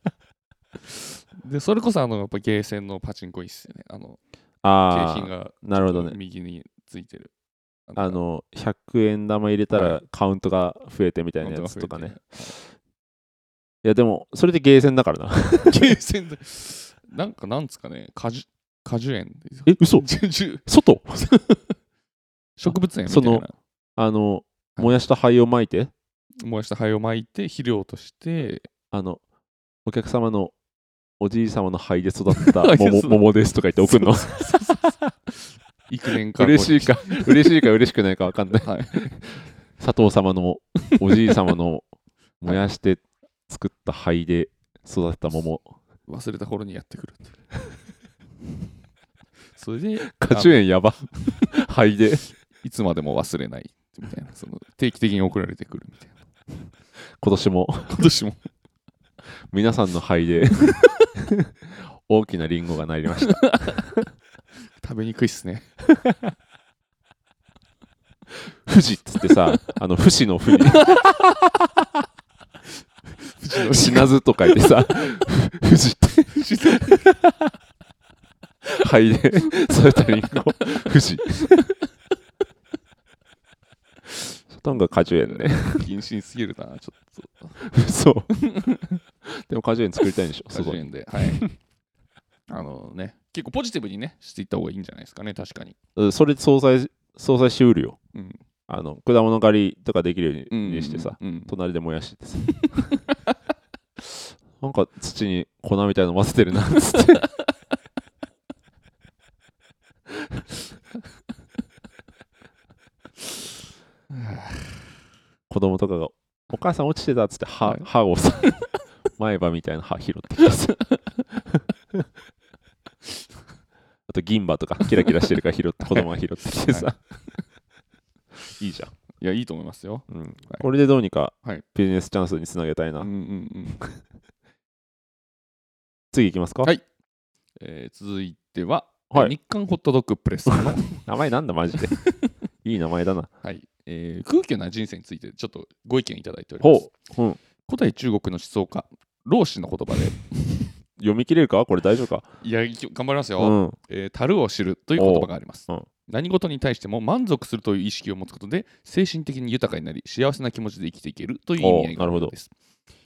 Speaker 2: で、それこそ、あの、やっぱゲーセンのパチンコいいっすよね。あの、
Speaker 1: あ
Speaker 2: 景品
Speaker 1: あ
Speaker 2: が
Speaker 1: なるほどね
Speaker 2: 右についてる。
Speaker 1: あの100円玉入れた
Speaker 2: は
Speaker 1: らカウントが増えてみたいな
Speaker 2: 本当
Speaker 1: や
Speaker 2: は
Speaker 1: つ
Speaker 2: 増え
Speaker 1: と
Speaker 2: て
Speaker 1: か
Speaker 2: る、
Speaker 1: ねいやでもそれでゲーセンだから な
Speaker 2: はい。ゲーセンで、なんかなんですかね、果樹果樹園
Speaker 1: え嘘
Speaker 2: じゅじゅ
Speaker 1: 外
Speaker 2: 植物園みた
Speaker 1: そ
Speaker 2: い
Speaker 1: の
Speaker 2: な。
Speaker 1: あの燃やした灰をまいて
Speaker 2: 燃やした灰を巻いて、肥料として、
Speaker 1: あのお客様のおじい様の灰で育った
Speaker 2: あいや
Speaker 1: 桃
Speaker 2: そう
Speaker 1: 桃ですとか言って送るの
Speaker 2: そうそうそうそう幾年か後に
Speaker 1: 嬉しいか嬉しいか嬉しくないか分かんない
Speaker 2: はい。
Speaker 1: 佐藤様のおじい様の燃やして作った灰で育てた桃
Speaker 2: 忘れた頃にやってくるっていう それで
Speaker 1: 果樹園やば灰で
Speaker 2: いつまでも忘れないみたいなその定期的に送られてくるみたいな
Speaker 1: 今年も
Speaker 2: 今年も
Speaker 1: 皆さんの灰で大きなリンゴがなりました
Speaker 2: 食べにくいっすね
Speaker 1: 富士っつってさあの富士の富に死なずと書いてさふ富士って灰で育てたリンゴ富士ほとんど果樹園ね
Speaker 2: 謹慎すぎるなちょっと
Speaker 1: そうでも果樹園作りたいんでしょ
Speaker 2: 果
Speaker 1: すご
Speaker 2: 樹
Speaker 1: い
Speaker 2: 園ではい あのね結構ポジティブにねしていった方がいいんじゃないですかね確かに
Speaker 1: うんそれ相殺相殺しうるよ
Speaker 2: うん
Speaker 1: あの果物狩りとかできるよう
Speaker 2: うん
Speaker 1: にしてさ、
Speaker 2: うん
Speaker 1: 隣で燃やしててさ なんか土に粉みたいの混ぜてるなっつ って子供とかが「お母さん落ちてた」っつって歯,、
Speaker 2: はい
Speaker 1: 歯をさ前歯みたいな歯拾ってきてさあと銀歯とかキラキラしてるから拾って子供が拾ってきてさ、、
Speaker 2: はい
Speaker 1: いじゃん、
Speaker 2: いやいいと思いますよ
Speaker 1: うんこれでどうにか
Speaker 2: はい
Speaker 1: ビジネスチャンスにつなげたいな、
Speaker 2: うんうんうん
Speaker 1: 次いきますか、
Speaker 2: はいえー続いては、
Speaker 1: はい
Speaker 2: 日刊ホットドッグプレス さんの
Speaker 1: 名前なんだマジ でいい名前だな
Speaker 2: はいえー空虚な人生についてちょっとご意見いただいております
Speaker 1: ほう、うん、
Speaker 2: 古代中国の思想家老子の言葉で
Speaker 1: 読み切れるかこれ大丈夫か
Speaker 2: いや頑張りますよ、
Speaker 1: うん
Speaker 2: えー樽を知るという言葉があります、
Speaker 1: おううん
Speaker 2: 何事に対しても満足するという意識を持つことで精神的に豊かになり幸せな気持ちで生きていけるという意味合いがあるようです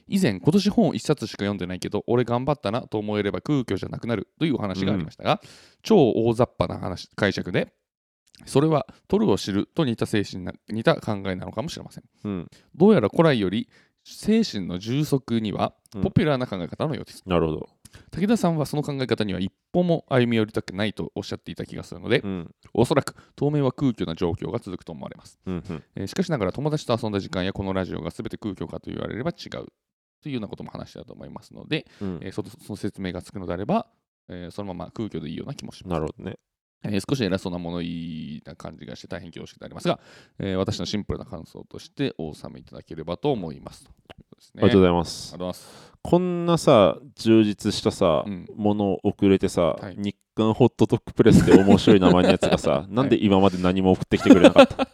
Speaker 2: 以前今年本を1冊しか読んでないけど俺頑張ったなと思えれば空虚じゃなくなるというお話がありましたが、超大雑把な話解釈でそれは取るを知ると似た精神な似た考えなのかもしれません
Speaker 1: うん
Speaker 2: どうやら古来より精神の充足には
Speaker 1: うん
Speaker 2: ポピュラーな考え方のようです、
Speaker 1: なるほど、
Speaker 2: 武田さんはその考え方には一歩も歩み寄りたくないとおっしゃっていた気がするので、
Speaker 1: うん
Speaker 2: おそらく当面は空虚な状況が続くと思われます、
Speaker 1: うんうん、
Speaker 2: えーしかしながら友達と遊んだ時間やこのラジオが全て空虚かと言われれば違うというようなことも話したと思いますので、
Speaker 1: うん
Speaker 2: えーそのその説明がつくのであれば、えーそのまま空虚でいいような気もします
Speaker 1: なるほどね
Speaker 2: えー少し偉そうな物言いな感じがして大変恐縮でありますが、えー私のシンプルな感想としてお納めいただければと思います。ということです
Speaker 1: あ
Speaker 2: ね
Speaker 1: りがとうご
Speaker 2: あ
Speaker 1: ざいます、
Speaker 2: りがとうございます。
Speaker 1: こんなさ充実したさ、
Speaker 2: うん
Speaker 1: もの遅れてさ、
Speaker 2: はい
Speaker 1: 日刊ホットドッグプレスで面白い名前のやつ がさなんで今まで何も送ってきてくれなかった、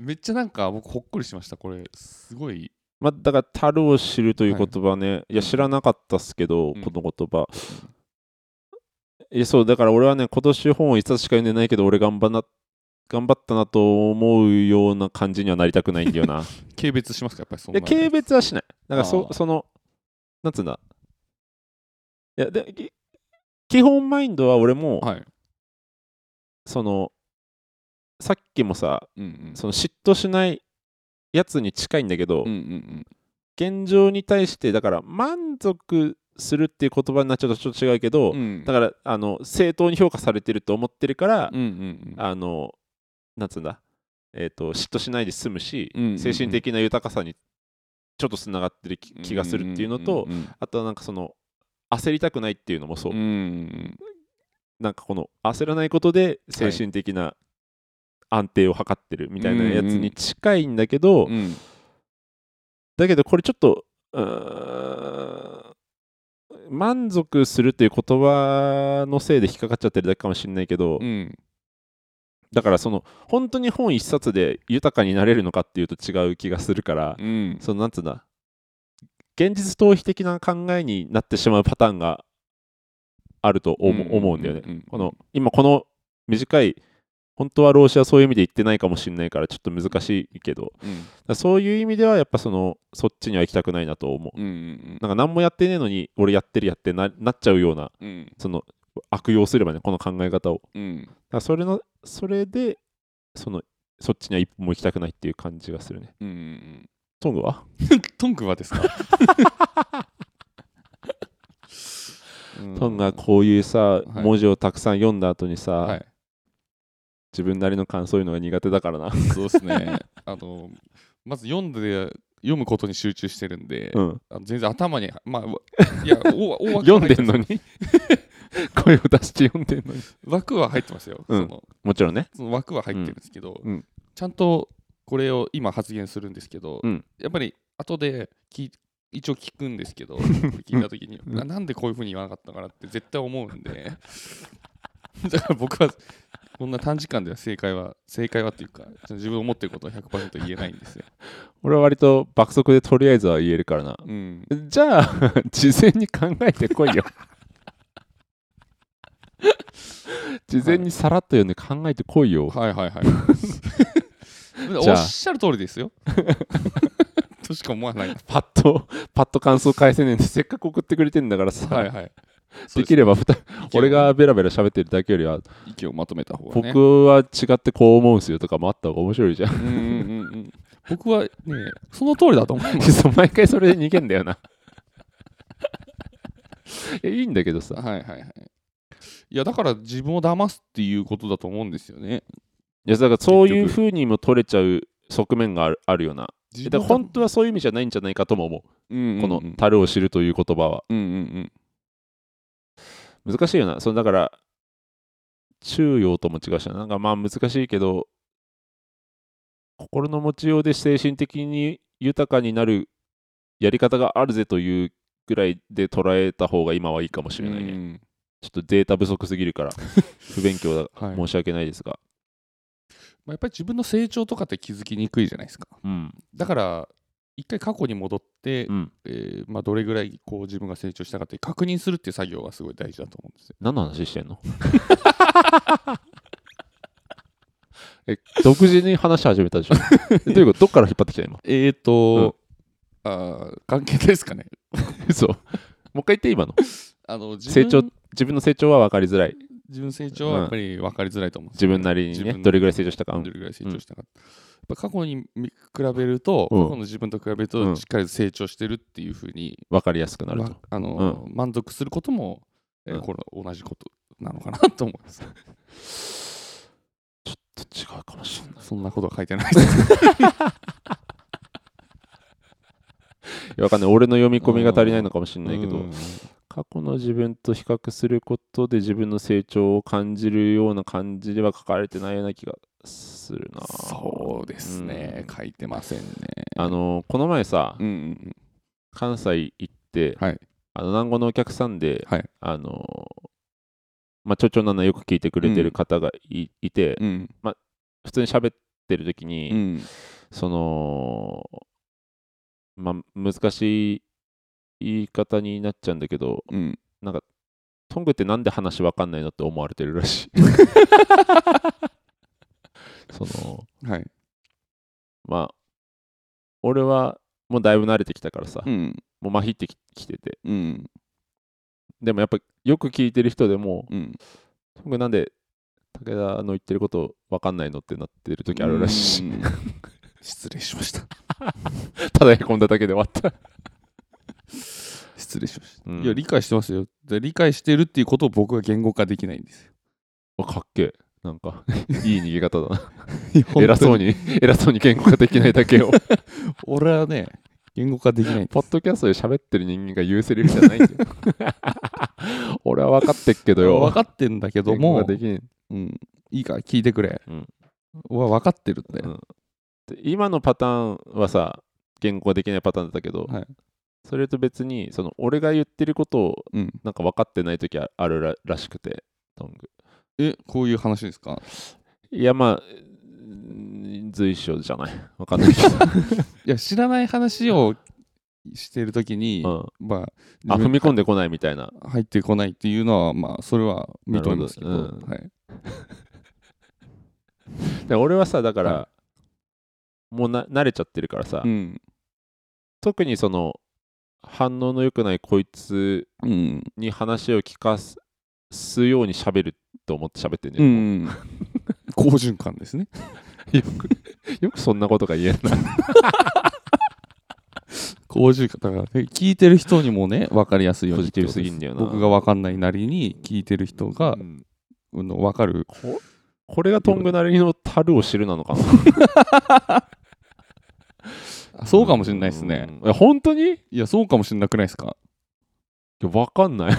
Speaker 2: めっちゃなんか僕ほっこりしました。これすごい。
Speaker 1: まあ、だから「樽を知る」という言葉ね、い、や
Speaker 2: うん
Speaker 1: 知らなかったっすけど、
Speaker 2: うん
Speaker 1: この言葉、いやそうだから俺はね今年本を一冊しか読んでないけど俺頑張んな頑張ったなと思うような感じにはなりたくないんだよな
Speaker 2: 軽蔑しますかやっぱりそん
Speaker 1: で
Speaker 2: な。
Speaker 1: 軽蔑はしないだから
Speaker 2: あ
Speaker 1: そ
Speaker 2: ー
Speaker 1: そのなんつうんだいやでき基本マインドは俺も、
Speaker 2: はい。
Speaker 1: そのさっきもさ
Speaker 2: うんうん。
Speaker 1: その嫉妬しないやつに近いんだけど、
Speaker 2: うんうん
Speaker 1: 現状に対してだから満足するっていう言葉になっちゃうとちょっと違うけど、
Speaker 2: うん。うん。
Speaker 1: だ
Speaker 2: ら。
Speaker 1: からあの正当に評価されてると思ってるから、
Speaker 2: うんうん
Speaker 1: あのなんつうんだえっ、と嫉妬しないで済むし、
Speaker 2: うんうんうん
Speaker 1: 精神的な豊かさにちょっとつながってる気
Speaker 2: うん。
Speaker 1: 気がするっていうのと、
Speaker 2: うんうん
Speaker 1: あとはなんかその焦りたくないっていうのもそう、
Speaker 2: うんうん。
Speaker 1: なんかこの焦らないことで精神的な安定を図ってるみたいなやつに近いんだけど、
Speaker 2: うんうん。
Speaker 1: だけどこれちょっとうーん満足するっていう言葉のせいで引っかかっちゃってるだけかもしれないけど、
Speaker 2: うん。
Speaker 1: だからその本当に本一冊で豊かになれるのかっていうと違う気がするから、
Speaker 2: うん。
Speaker 1: そのなんつうんだ現実逃避的な考えになってしまうパターンがあると思う思うんだよね。この今この短い本当は老子はそういう意味で言ってないかもしれないからちょっと難しいけどだか
Speaker 2: うん
Speaker 1: らそういう意味ではやっぱそのそっちには行きたくないなと思う
Speaker 2: うんうん
Speaker 1: なんか何もやってねえのに俺やってるやってななっちゃうような
Speaker 2: うんうん
Speaker 1: その悪用すればねこの考え方をだか
Speaker 2: うん
Speaker 1: らそれのそれでそのそっちには一歩も行きたくないっていう感じがするね
Speaker 2: うんうん
Speaker 1: トングは
Speaker 2: トンクはですか
Speaker 1: トングはこういうさ、
Speaker 2: い
Speaker 1: 文字をたくさん読んだ後にさ、
Speaker 2: うんはい
Speaker 1: 自分なりの感想いうのが苦手だからな。
Speaker 2: そうですねあのまず読んで読むことに集中してるんで、
Speaker 1: うん、
Speaker 2: あの全然頭にまあわいやおお
Speaker 1: 読んでんのに 声を出して読んでんのに。
Speaker 2: 枠は入ってますよ、
Speaker 1: うん
Speaker 2: その
Speaker 1: もちろんね。
Speaker 2: その枠は入ってるんですけど、
Speaker 1: うんうん
Speaker 2: ちゃんとこれを今発言するんですけど、
Speaker 1: うん
Speaker 2: やっぱり後で聞い一応聞くんです けどこれ聞いた時に、
Speaker 1: うん
Speaker 2: あなんでこういうふうに言わなかったかなって絶対思うんで だから僕はこんな短時間では正解は正解はっていうか自分思ってることは100%言えないんですよ。
Speaker 1: 俺は割と爆速でとりあえずは言えるからな。
Speaker 2: うん、
Speaker 1: じゃあ、 事前に考えてこい よ。事前にさらっと読んで考えてこいよ。
Speaker 2: はいはいはい。
Speaker 1: じ
Speaker 2: お
Speaker 1: ゃあ
Speaker 2: っしゃる通りですよ。 としか思わない。
Speaker 1: パッと、パッと感想返せねえんで、せっかく送ってくれてんだからさ、
Speaker 2: はいはい。
Speaker 1: できれば二人
Speaker 2: そうです
Speaker 1: 俺がベラベラ喋ってるだけよりは、
Speaker 2: 意見をまとめた方が、ね、
Speaker 1: 僕は違ってこう思うんすよとかもあった方が面白い じゃん。
Speaker 2: うんうんうんうん僕はね、その通りだと思います。
Speaker 1: そう毎回それで逃げんだよ な。いやいいんだけどさ。
Speaker 2: はいはいはい。いや、だから自分を騙すっていうことだと思うんですよね。
Speaker 1: いやだからそういう風にも取れちゃう側面があるあるよな。
Speaker 2: 自
Speaker 1: だから
Speaker 2: 分
Speaker 1: 本当はそういう意味じゃないんじゃないかとも思う。
Speaker 2: うんうんうん
Speaker 1: この「樽を知る」という言葉は。
Speaker 2: うんうん
Speaker 1: 難しいよな。そのだから中庸とも違うしな。なんかまあ難しいけど心の持ちようで精神的に豊かになるやり方があるぜというぐらいで捉えた方が今はいいかもし
Speaker 2: うん。
Speaker 1: れないね。
Speaker 2: うん
Speaker 1: ちょっとデータ不足すぎるから不勉強だ
Speaker 2: はいま
Speaker 1: 申し訳ないですが、
Speaker 2: あ、やっぱり自分の成長とかって気づきにくいじゃないですか。
Speaker 1: うん
Speaker 2: だから、一回過去に戻って、
Speaker 1: うん、
Speaker 2: えーまあ、どれぐらいこう自分が成長したかって確認するっていう作業がすごい大事だと思うんですよ。
Speaker 1: 何の話してんの え独自に話し始めたでしょ えどういうことどっから引っ張ってきた今
Speaker 2: えーと、あー関係ないですかね。
Speaker 1: 嘘もう一回言って今の
Speaker 2: あの自
Speaker 1: 成
Speaker 2: 分
Speaker 1: 長自分の成長は分かりづらい
Speaker 2: 自分成長はやっぱり分かりづらいと思うんです
Speaker 1: 自
Speaker 2: よ
Speaker 1: 分なりに
Speaker 2: 自
Speaker 1: ね
Speaker 2: 分
Speaker 1: どれぐらい成長したか、う
Speaker 2: ど
Speaker 1: ん
Speaker 2: れぐらい成長したか、やっぱ過去に見比べると、
Speaker 1: うん
Speaker 2: 過去の自分と比べる
Speaker 1: う
Speaker 2: と
Speaker 1: ん
Speaker 2: しっかり成長してるっていうふうに、
Speaker 1: 分かりやすくなると
Speaker 2: わあの満足することも、えー
Speaker 1: うん
Speaker 2: これ同じことなのかなと思います
Speaker 1: ちょっと違うかもしれない
Speaker 2: そんなことは書いてないです
Speaker 1: いやわかんない俺の読み込みが足りないのかもしれないけど、
Speaker 2: うん
Speaker 1: 過去の自分と比較することで自分の成長を感じるような感じでは書かれてないような気がするな
Speaker 2: そうですね、
Speaker 1: うん
Speaker 2: 書いてませんね
Speaker 1: あのこの前さ、
Speaker 2: うんうん
Speaker 1: 関西行って
Speaker 2: うんはい
Speaker 1: あの南語のお客さんで、
Speaker 2: はい
Speaker 1: あのまあちょちょななよく聞いてくれてる方がい,、いて、
Speaker 2: うん
Speaker 1: 普通に喋ってる時に、
Speaker 2: うん
Speaker 1: そのまあ難しい言い方になっちゃうんだけど
Speaker 2: うん
Speaker 1: トングってなんで話わかんないのって思われてるら しい。その
Speaker 2: はい
Speaker 1: まあ俺はもうだいぶ慣れてきたからさ、
Speaker 2: うん
Speaker 1: もうまひってききてて
Speaker 2: うん
Speaker 1: でもやっぱよく聞いてる人でも
Speaker 2: うん
Speaker 1: トングなんで武田の言ってることわかんないのってなってる時あるらしい
Speaker 2: うん失礼しました
Speaker 1: ただへこんだだけで終わった
Speaker 2: 失礼しました、
Speaker 1: うん
Speaker 2: いや理解してますよで理解してるっていうことを僕は言語化できないんですよ
Speaker 1: あかっけえなんか いい逃げ方だな 偉
Speaker 2: 偉
Speaker 1: そ
Speaker 2: そう
Speaker 1: う
Speaker 2: に
Speaker 1: に偉そうに言語化できないだけ を
Speaker 2: 俺はね言語化できない
Speaker 1: ポッドキャストで喋ってる人間が言うセリフじゃないんだ よ俺は分かってっけどよ
Speaker 2: 分かってんだけど
Speaker 1: 言語
Speaker 2: も
Speaker 1: 化、できん
Speaker 2: うん、いいから聞いてくれ、
Speaker 1: うん
Speaker 2: は分かってるんだよ、
Speaker 1: で今のパターンはさ言語ができないパターンだったけど、
Speaker 2: はい
Speaker 1: それと別にその俺が言ってることを
Speaker 2: うん
Speaker 1: なんか分かってない時ああるららしくてトング
Speaker 2: えこういう話ですか
Speaker 1: いやまあうん随所じゃない 分かんないけど、
Speaker 2: いや知らない話をしてるときに、
Speaker 1: うん
Speaker 2: まあ
Speaker 1: あ踏み込ん
Speaker 2: で
Speaker 1: でこないみたいな
Speaker 2: 入ってこないっていうのはまあそれは認めますけど
Speaker 1: なるほどうん
Speaker 2: はい
Speaker 1: で俺はさだから、
Speaker 2: は
Speaker 1: もうな慣れちゃってるからさ、
Speaker 2: うん。
Speaker 1: 特にその反応の良くないこいつ
Speaker 2: うん。
Speaker 1: に話を聞かすすように喋ると思って喋ってんじ
Speaker 2: う
Speaker 1: ゃん、
Speaker 2: ん。好循環ですね。
Speaker 1: よくよくそんなことが言えんな
Speaker 2: 好循環。だから、聞いてる人にもね、分かりやすいようにってことです。
Speaker 1: ポジティブすぎんだよな
Speaker 2: 僕が分かんないなりに、聞いてる人が
Speaker 1: う、ん
Speaker 2: うん、分かる。
Speaker 1: ここれがトングなりの樽を知るなのかな
Speaker 2: そうかもしれないですね。
Speaker 1: うんいや本当にい
Speaker 2: いや、そうかもしれなくないですか
Speaker 1: やわかんない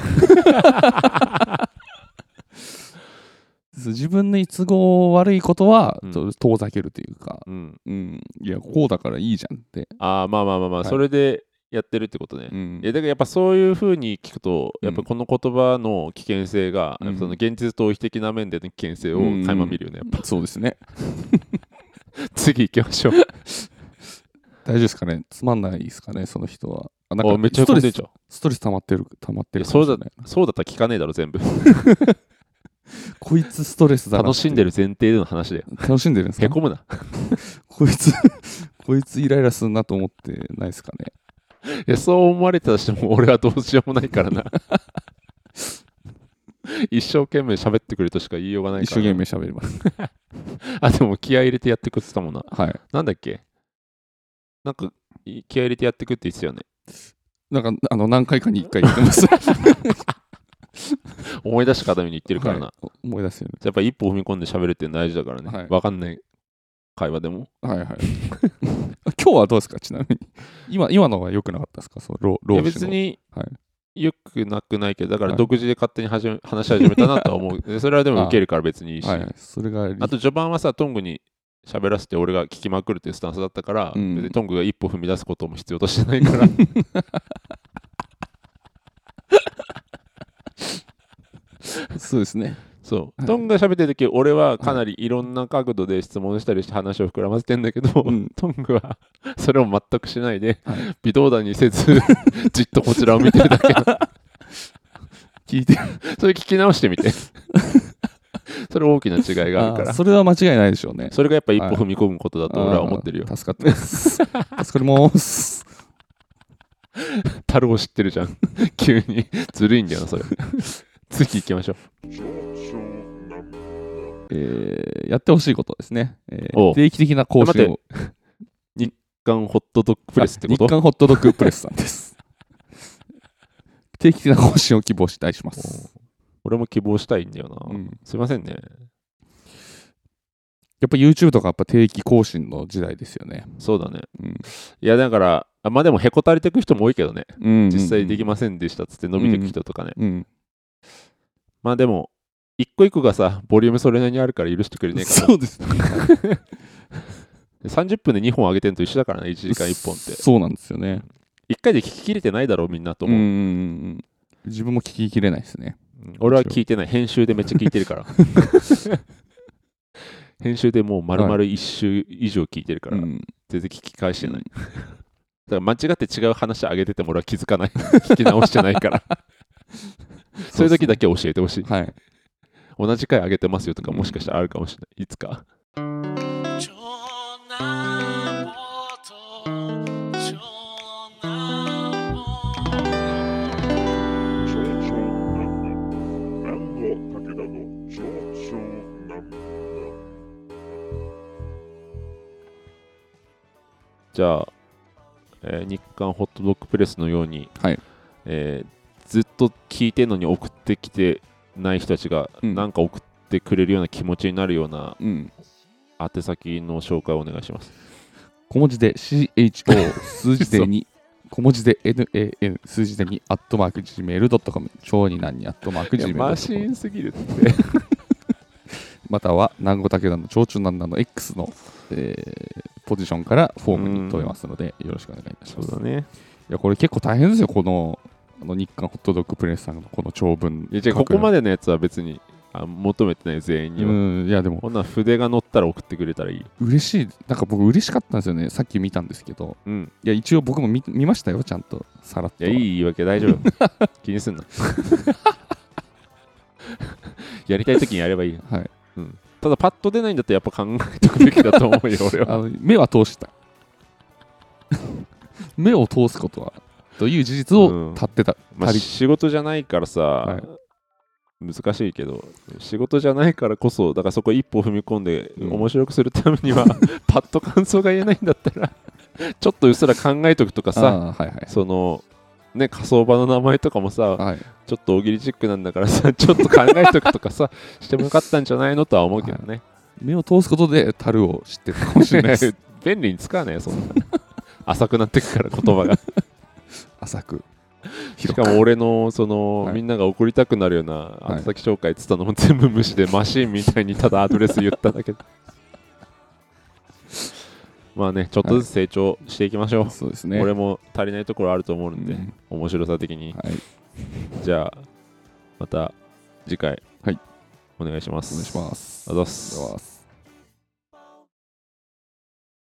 Speaker 2: 自分の都合悪いことは、
Speaker 1: うん
Speaker 2: と遠ざけるというか、
Speaker 1: うん
Speaker 2: うん、いや、こうだからいいじゃんって。
Speaker 1: ああまあまあまあまあ、
Speaker 2: はい
Speaker 1: それでやってるってことね、
Speaker 2: うん
Speaker 1: いやだからやっぱそういうふうに聞くと、
Speaker 2: うん
Speaker 1: やっぱこの言葉の危険性が、
Speaker 2: うん
Speaker 1: やっぱその現実逃避的な面での危険性を
Speaker 2: うん
Speaker 1: 垣間見るよね、やっ
Speaker 2: そうですね。
Speaker 1: ぱ次行きましょう
Speaker 2: 大丈夫ですかねつまんないですかねその人は。あな
Speaker 1: あめっちゃ
Speaker 2: スト
Speaker 1: 混ん
Speaker 2: レ
Speaker 1: でん
Speaker 2: ス
Speaker 1: じゃん
Speaker 2: ストレス溜まってる、溜まってる
Speaker 1: いやそうだ
Speaker 2: かもしれない
Speaker 1: そうだったら聞かねえだろ全部
Speaker 2: こいつストレスだなって
Speaker 1: 楽しんでる前提での話だよ
Speaker 2: 楽しんでるんです
Speaker 1: へ
Speaker 2: か
Speaker 1: こむな
Speaker 2: こいつ、 こいつイライラするなと思ってないですかね
Speaker 1: いやそう思われてたとしても俺はどうしようもないから な一生懸命喋ってくれとしか言いようがないか
Speaker 2: 一生
Speaker 1: ら
Speaker 2: 懸命喋ります。
Speaker 1: あでも気合い入れてやってくって言ってたもんな
Speaker 2: はい。
Speaker 1: なんだっけなんかい気合い入れてやってくって言ってたよね
Speaker 2: なんか、あの、何回かに一回言っ てます。
Speaker 1: 思い出したかのように言ってるからな、
Speaker 2: はい思い出すよ
Speaker 1: やっぱ一歩踏み込んで喋るっていうの大事だからね、
Speaker 2: は
Speaker 1: わ
Speaker 2: い
Speaker 1: 分かんない会話でも
Speaker 2: ね。はい はい。今日はどうですかちなみに。今、今のは良くなかったですかそのロー、
Speaker 1: い
Speaker 2: ロー
Speaker 1: や別に
Speaker 2: はい
Speaker 1: よくなくないけどだから
Speaker 2: はい
Speaker 1: 独自で勝手に始め話し始めたなとは思うでそれはでも受けるから別にいいし、
Speaker 2: はいはい。それが理、
Speaker 1: あと序盤はさトングに喋らせて俺が聞きまくるっていうスタンスだったから、
Speaker 2: うん
Speaker 1: 別にトングが一歩踏み出すことも必要としてないから
Speaker 2: そうですね。
Speaker 1: そう、
Speaker 2: はい
Speaker 1: トングが喋ってる時俺はかなりいろんな角度で質問したりして話を膨らませてんだけど、
Speaker 2: うん
Speaker 1: トングはそれを全くしないで、
Speaker 2: はい
Speaker 1: 微動だにせず じっとこちらを見てるだけ
Speaker 2: 聞いて
Speaker 1: それ聞き直してみて。それ大きな違いがあるから。
Speaker 2: あ
Speaker 1: そ
Speaker 2: それは間違いないでしょうね。
Speaker 1: れがやっぱ一歩
Speaker 2: はい
Speaker 1: 踏み込むことだと俺は思ってるよ
Speaker 2: あ。ー助かってます。助か ります。
Speaker 1: 樽を知ってるじゃん。 急に。ずるいんだよな、 それ。次行きましょう。
Speaker 2: えーやってほしいことですね。えー
Speaker 1: おう
Speaker 2: 定期的な更新を。
Speaker 1: 日刊ホットドッグプレスってこ
Speaker 2: あ日
Speaker 1: と
Speaker 2: 刊ホットドッグプレスさんです。 定期的な更新を希望したいします。
Speaker 1: 俺も希望したいんだよな。
Speaker 2: うん
Speaker 1: すいませんね。
Speaker 2: やっぱ YouTube とかやっぱ定期更新の時代ですよね。
Speaker 1: そうだね。
Speaker 2: うん
Speaker 1: いや、だから、あまあでもへこたれてく人も多いけどね。実際でき
Speaker 2: ま
Speaker 1: ませんでしたっつって伸びてく人とかね。
Speaker 2: す。うん
Speaker 1: まあでも、一個一個がさ、ボリュームそれなりにあるから許してくれねえかな
Speaker 2: そうです。
Speaker 1: 30分で2本上げてんと一緒だからね、1時間1本って。
Speaker 2: そうなんですよね。
Speaker 1: 1回で聞き切れてないだろう、みんなと思う。
Speaker 2: うんうんうんうん自分も聞ききれないですね。
Speaker 1: うん俺は聞いてない編集でめっちゃ聞いてるから編集でもう丸々1週以上聞いてるから、
Speaker 2: うん
Speaker 1: 全然聞き返してない、だから間違って違う話上げてても俺は気づかない聞き直してない からそういう時だけ教えてほしい、
Speaker 2: はい。
Speaker 1: 同じ回上げてますよとかもしかしたらあるかもしれないいつか
Speaker 4: ちょなぼとちょなぼと
Speaker 5: 少々南部南部武田の少々南部
Speaker 1: じゃあ、えー日刊ホットドッグプレスのように、
Speaker 2: はい
Speaker 1: えーずっと聞いてるのに送ってきてない人たちが、
Speaker 2: うん
Speaker 1: なんか送ってくれるような気持ちになるような
Speaker 2: うん
Speaker 1: 宛先の紹介をお願いします。
Speaker 2: 小文字で CHO 数字で2 小文字で NAN 数字で2アットマーク Gmail.com 超になんにアットマーク Gmail.com
Speaker 1: すぎるって。
Speaker 2: または南郷武田の超中南南の X の、えーポジションからフォームに飛べますのでよろしくお願いいたし
Speaker 1: そ
Speaker 2: ま
Speaker 1: う
Speaker 2: す
Speaker 1: だね。
Speaker 2: いやこれ結構大変ですよこのあの日刊ホットドッグプレスさんのこの長文
Speaker 1: いやじゃあここま
Speaker 2: で
Speaker 1: でのやつは別にあ求めてない全員に
Speaker 2: う
Speaker 1: は。
Speaker 2: んいやでも
Speaker 1: こんなん筆が乗ったら送ってくれたらいい。
Speaker 2: 嬉しいなんか僕嬉しかったんですよねさっき見たんですけど
Speaker 1: うん。
Speaker 2: いや一応僕も見見ましたよちゃんとさらっ
Speaker 1: い
Speaker 2: と
Speaker 1: や、いい言い訳大丈夫。 気にす んな。やりたいときにやればいいよ。
Speaker 2: はい、
Speaker 1: うんただパッと出ないんだったらやっぱ考えとくべきだと思う よ俺
Speaker 2: あ
Speaker 1: は
Speaker 2: の目は通した 目を通すことはという事実
Speaker 1: う
Speaker 2: を
Speaker 1: ん
Speaker 2: 立ってた、
Speaker 1: まあ
Speaker 2: 旅
Speaker 1: 仕事じゃないからさ、
Speaker 2: い
Speaker 1: 難しいけど仕事じゃないからこそだからそこ一歩踏み込んで、
Speaker 2: うん
Speaker 1: 面白くするために はパッと感想が言えないんだったらちょっとうっすら考えとくとかさ
Speaker 2: ああはいはい
Speaker 1: そのね火葬場の名前とかもさ
Speaker 2: はい
Speaker 1: ちょっと大喜利チックなんだからさ ちょっと考えとくとかさしてもよかったんじゃないのとは思うけどね、
Speaker 2: 目を通すことで樽を知ってたかもしれないです
Speaker 1: 便利に使わねえそんな浅くなってくから言葉 が
Speaker 2: 浅く
Speaker 1: しかも俺のその、
Speaker 2: はい
Speaker 1: みんなが送りたくなるような宛先紹介っつったのも 全部無視で、マシンみたいにただアドレス言っただけ まあねちょっとずつ成長していきましょう、
Speaker 2: そうですね
Speaker 1: 俺も足りないところあると思うんで、
Speaker 2: うん
Speaker 1: 面白さ的に、
Speaker 2: はい、
Speaker 1: じゃあまた次回、
Speaker 2: はい
Speaker 1: お願いします
Speaker 2: お願いし
Speaker 1: ありが
Speaker 2: ます
Speaker 1: とうございます
Speaker 2: ありがとうございます